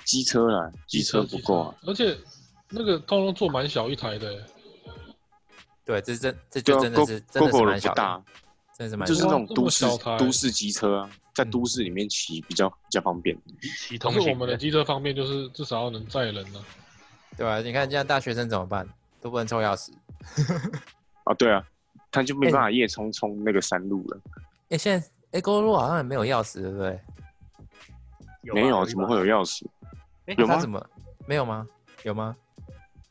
Speaker 4: 机车啦，机车不够啊，，
Speaker 3: 而且那个通通做蛮小一台的欸，
Speaker 1: 对，这真这
Speaker 4: 对
Speaker 1: 就
Speaker 4: 啊
Speaker 1: 真的是真的是
Speaker 4: GoGo
Speaker 1: 蛮
Speaker 4: 不
Speaker 1: 小
Speaker 4: 大
Speaker 1: 的，，真的是蛮
Speaker 4: 就是
Speaker 1: 小
Speaker 4: 那
Speaker 1: 的
Speaker 4: 种都市
Speaker 3: 哇这么小台
Speaker 4: 都市机车啊，在
Speaker 1: 嗯
Speaker 4: 都市里面骑比较比较方便。
Speaker 2: 骑
Speaker 3: 可
Speaker 2: 通
Speaker 3: 是我
Speaker 2: 勤
Speaker 3: 们的机车方面就是至少要能载人啊呢、
Speaker 1: 对吧、你看这样大学生怎么办？都不能抽钥匙。
Speaker 4: 啊，对啊，他就
Speaker 2: 哎
Speaker 4: 没办法夜冲冲那个山路了。
Speaker 1: 哎、现在哎，公路好像也没有钥匙，对不对？
Speaker 2: 有吧
Speaker 4: 没有，怎么会有钥匙？
Speaker 2: 哎
Speaker 4: 有
Speaker 1: 它
Speaker 4: 吗
Speaker 1: 怎？么没有吗？有吗？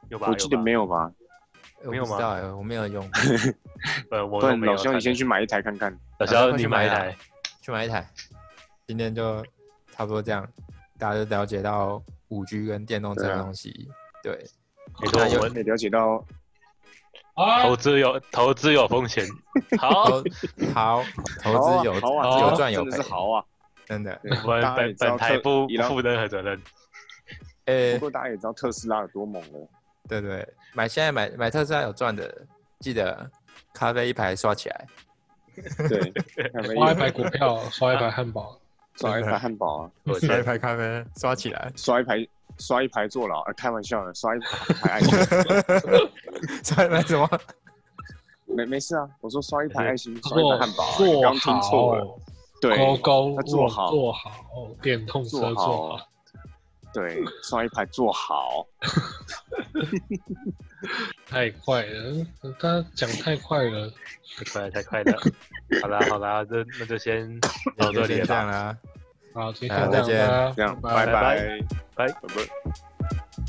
Speaker 2: 有吧？
Speaker 4: 我记得
Speaker 2: 有吧
Speaker 4: 没有吧？
Speaker 1: 哎我
Speaker 2: 没有
Speaker 1: 不
Speaker 2: 吗
Speaker 1: 知道哎、我没有 用，
Speaker 2: 呃，我
Speaker 4: 不
Speaker 2: 都
Speaker 4: 然
Speaker 2: 没有
Speaker 4: 老肖，
Speaker 2: 看
Speaker 4: 你先
Speaker 2: 过
Speaker 4: 去买一台看看。
Speaker 1: 老
Speaker 2: 老
Speaker 1: 肖
Speaker 2: 肖
Speaker 1: 快
Speaker 2: 你
Speaker 1: 去
Speaker 2: 买
Speaker 1: 买
Speaker 2: 一
Speaker 1: 啊
Speaker 2: 台，
Speaker 1: 去买一台。今天就差不多这样，大家就了解到五 G 跟电动车
Speaker 4: 对啊
Speaker 1: 的东西。对，
Speaker 2: 没错，
Speaker 1: 那有
Speaker 2: 我们
Speaker 4: 可以了解到，
Speaker 3: 啊。
Speaker 2: 投资有投资有风险。好，
Speaker 1: 投 好投
Speaker 4: 好啊
Speaker 1: 资有
Speaker 4: 啊好啊，
Speaker 1: 有
Speaker 4: 真的
Speaker 1: 赚有
Speaker 4: 真的
Speaker 1: 赔
Speaker 4: 是，好啊。
Speaker 1: 真的。
Speaker 4: 对
Speaker 2: 我们
Speaker 4: 大家也
Speaker 2: 本
Speaker 4: 知道
Speaker 2: 本台
Speaker 4: 特
Speaker 2: 不
Speaker 4: 伊
Speaker 2: 不
Speaker 4: 朗
Speaker 2: 负任何责任。
Speaker 1: 哎、
Speaker 4: 不过大家也知道特斯拉有多猛了，
Speaker 1: 对对，买现在买买特斯拉有赚的，记得咖啡一排刷起 来。
Speaker 4: 对，还没
Speaker 3: 刷一排股票， 刷一排汉堡，
Speaker 4: 刷一排汉堡啊，
Speaker 2: 我觉得
Speaker 1: 排咖啡刷起来，
Speaker 4: 刷一排刷一排坐牢，啊开玩笑的，刷一 排爱心，
Speaker 1: 刷一排 什么？
Speaker 4: 没没事啊，我说刷一排爱心，刷一
Speaker 3: 做
Speaker 4: 排汉堡啊，你
Speaker 3: 做
Speaker 4: 刚
Speaker 3: 好，
Speaker 4: 刚听错了，对
Speaker 3: 勾勾
Speaker 4: 他做好
Speaker 3: 做好，哦电动车
Speaker 4: 做
Speaker 3: 做
Speaker 4: 好
Speaker 3: 好，
Speaker 4: 对，刷一排坐好，
Speaker 3: 太快了，他讲太快了，
Speaker 2: 太快了，太快了。好啦，好啦，这那就先到这
Speaker 1: 就
Speaker 2: 里
Speaker 1: 先
Speaker 2: 了
Speaker 1: 这样啊
Speaker 2: 吧。
Speaker 1: 啦。
Speaker 3: 好，今
Speaker 1: 好
Speaker 3: 天
Speaker 1: 再
Speaker 3: 这样啦，
Speaker 4: 这样，
Speaker 3: 拜
Speaker 4: 拜拜，
Speaker 2: 拜
Speaker 4: 拜拜。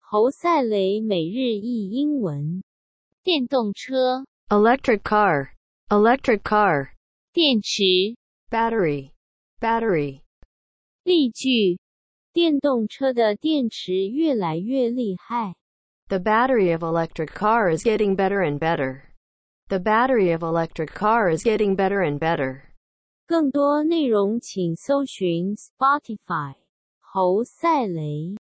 Speaker 7: 侯赛雷每日一英文：电动车、
Speaker 8: Electric car. Electric car.
Speaker 7: 电池、
Speaker 8: Battery. Battery.
Speaker 7: 例句。电动车的电池越来越厉害。
Speaker 8: The battery of electric car is getting better and better. The battery of electric car is getting better and better.
Speaker 7: 更多内容请搜寻 Spotify 侯赛雷。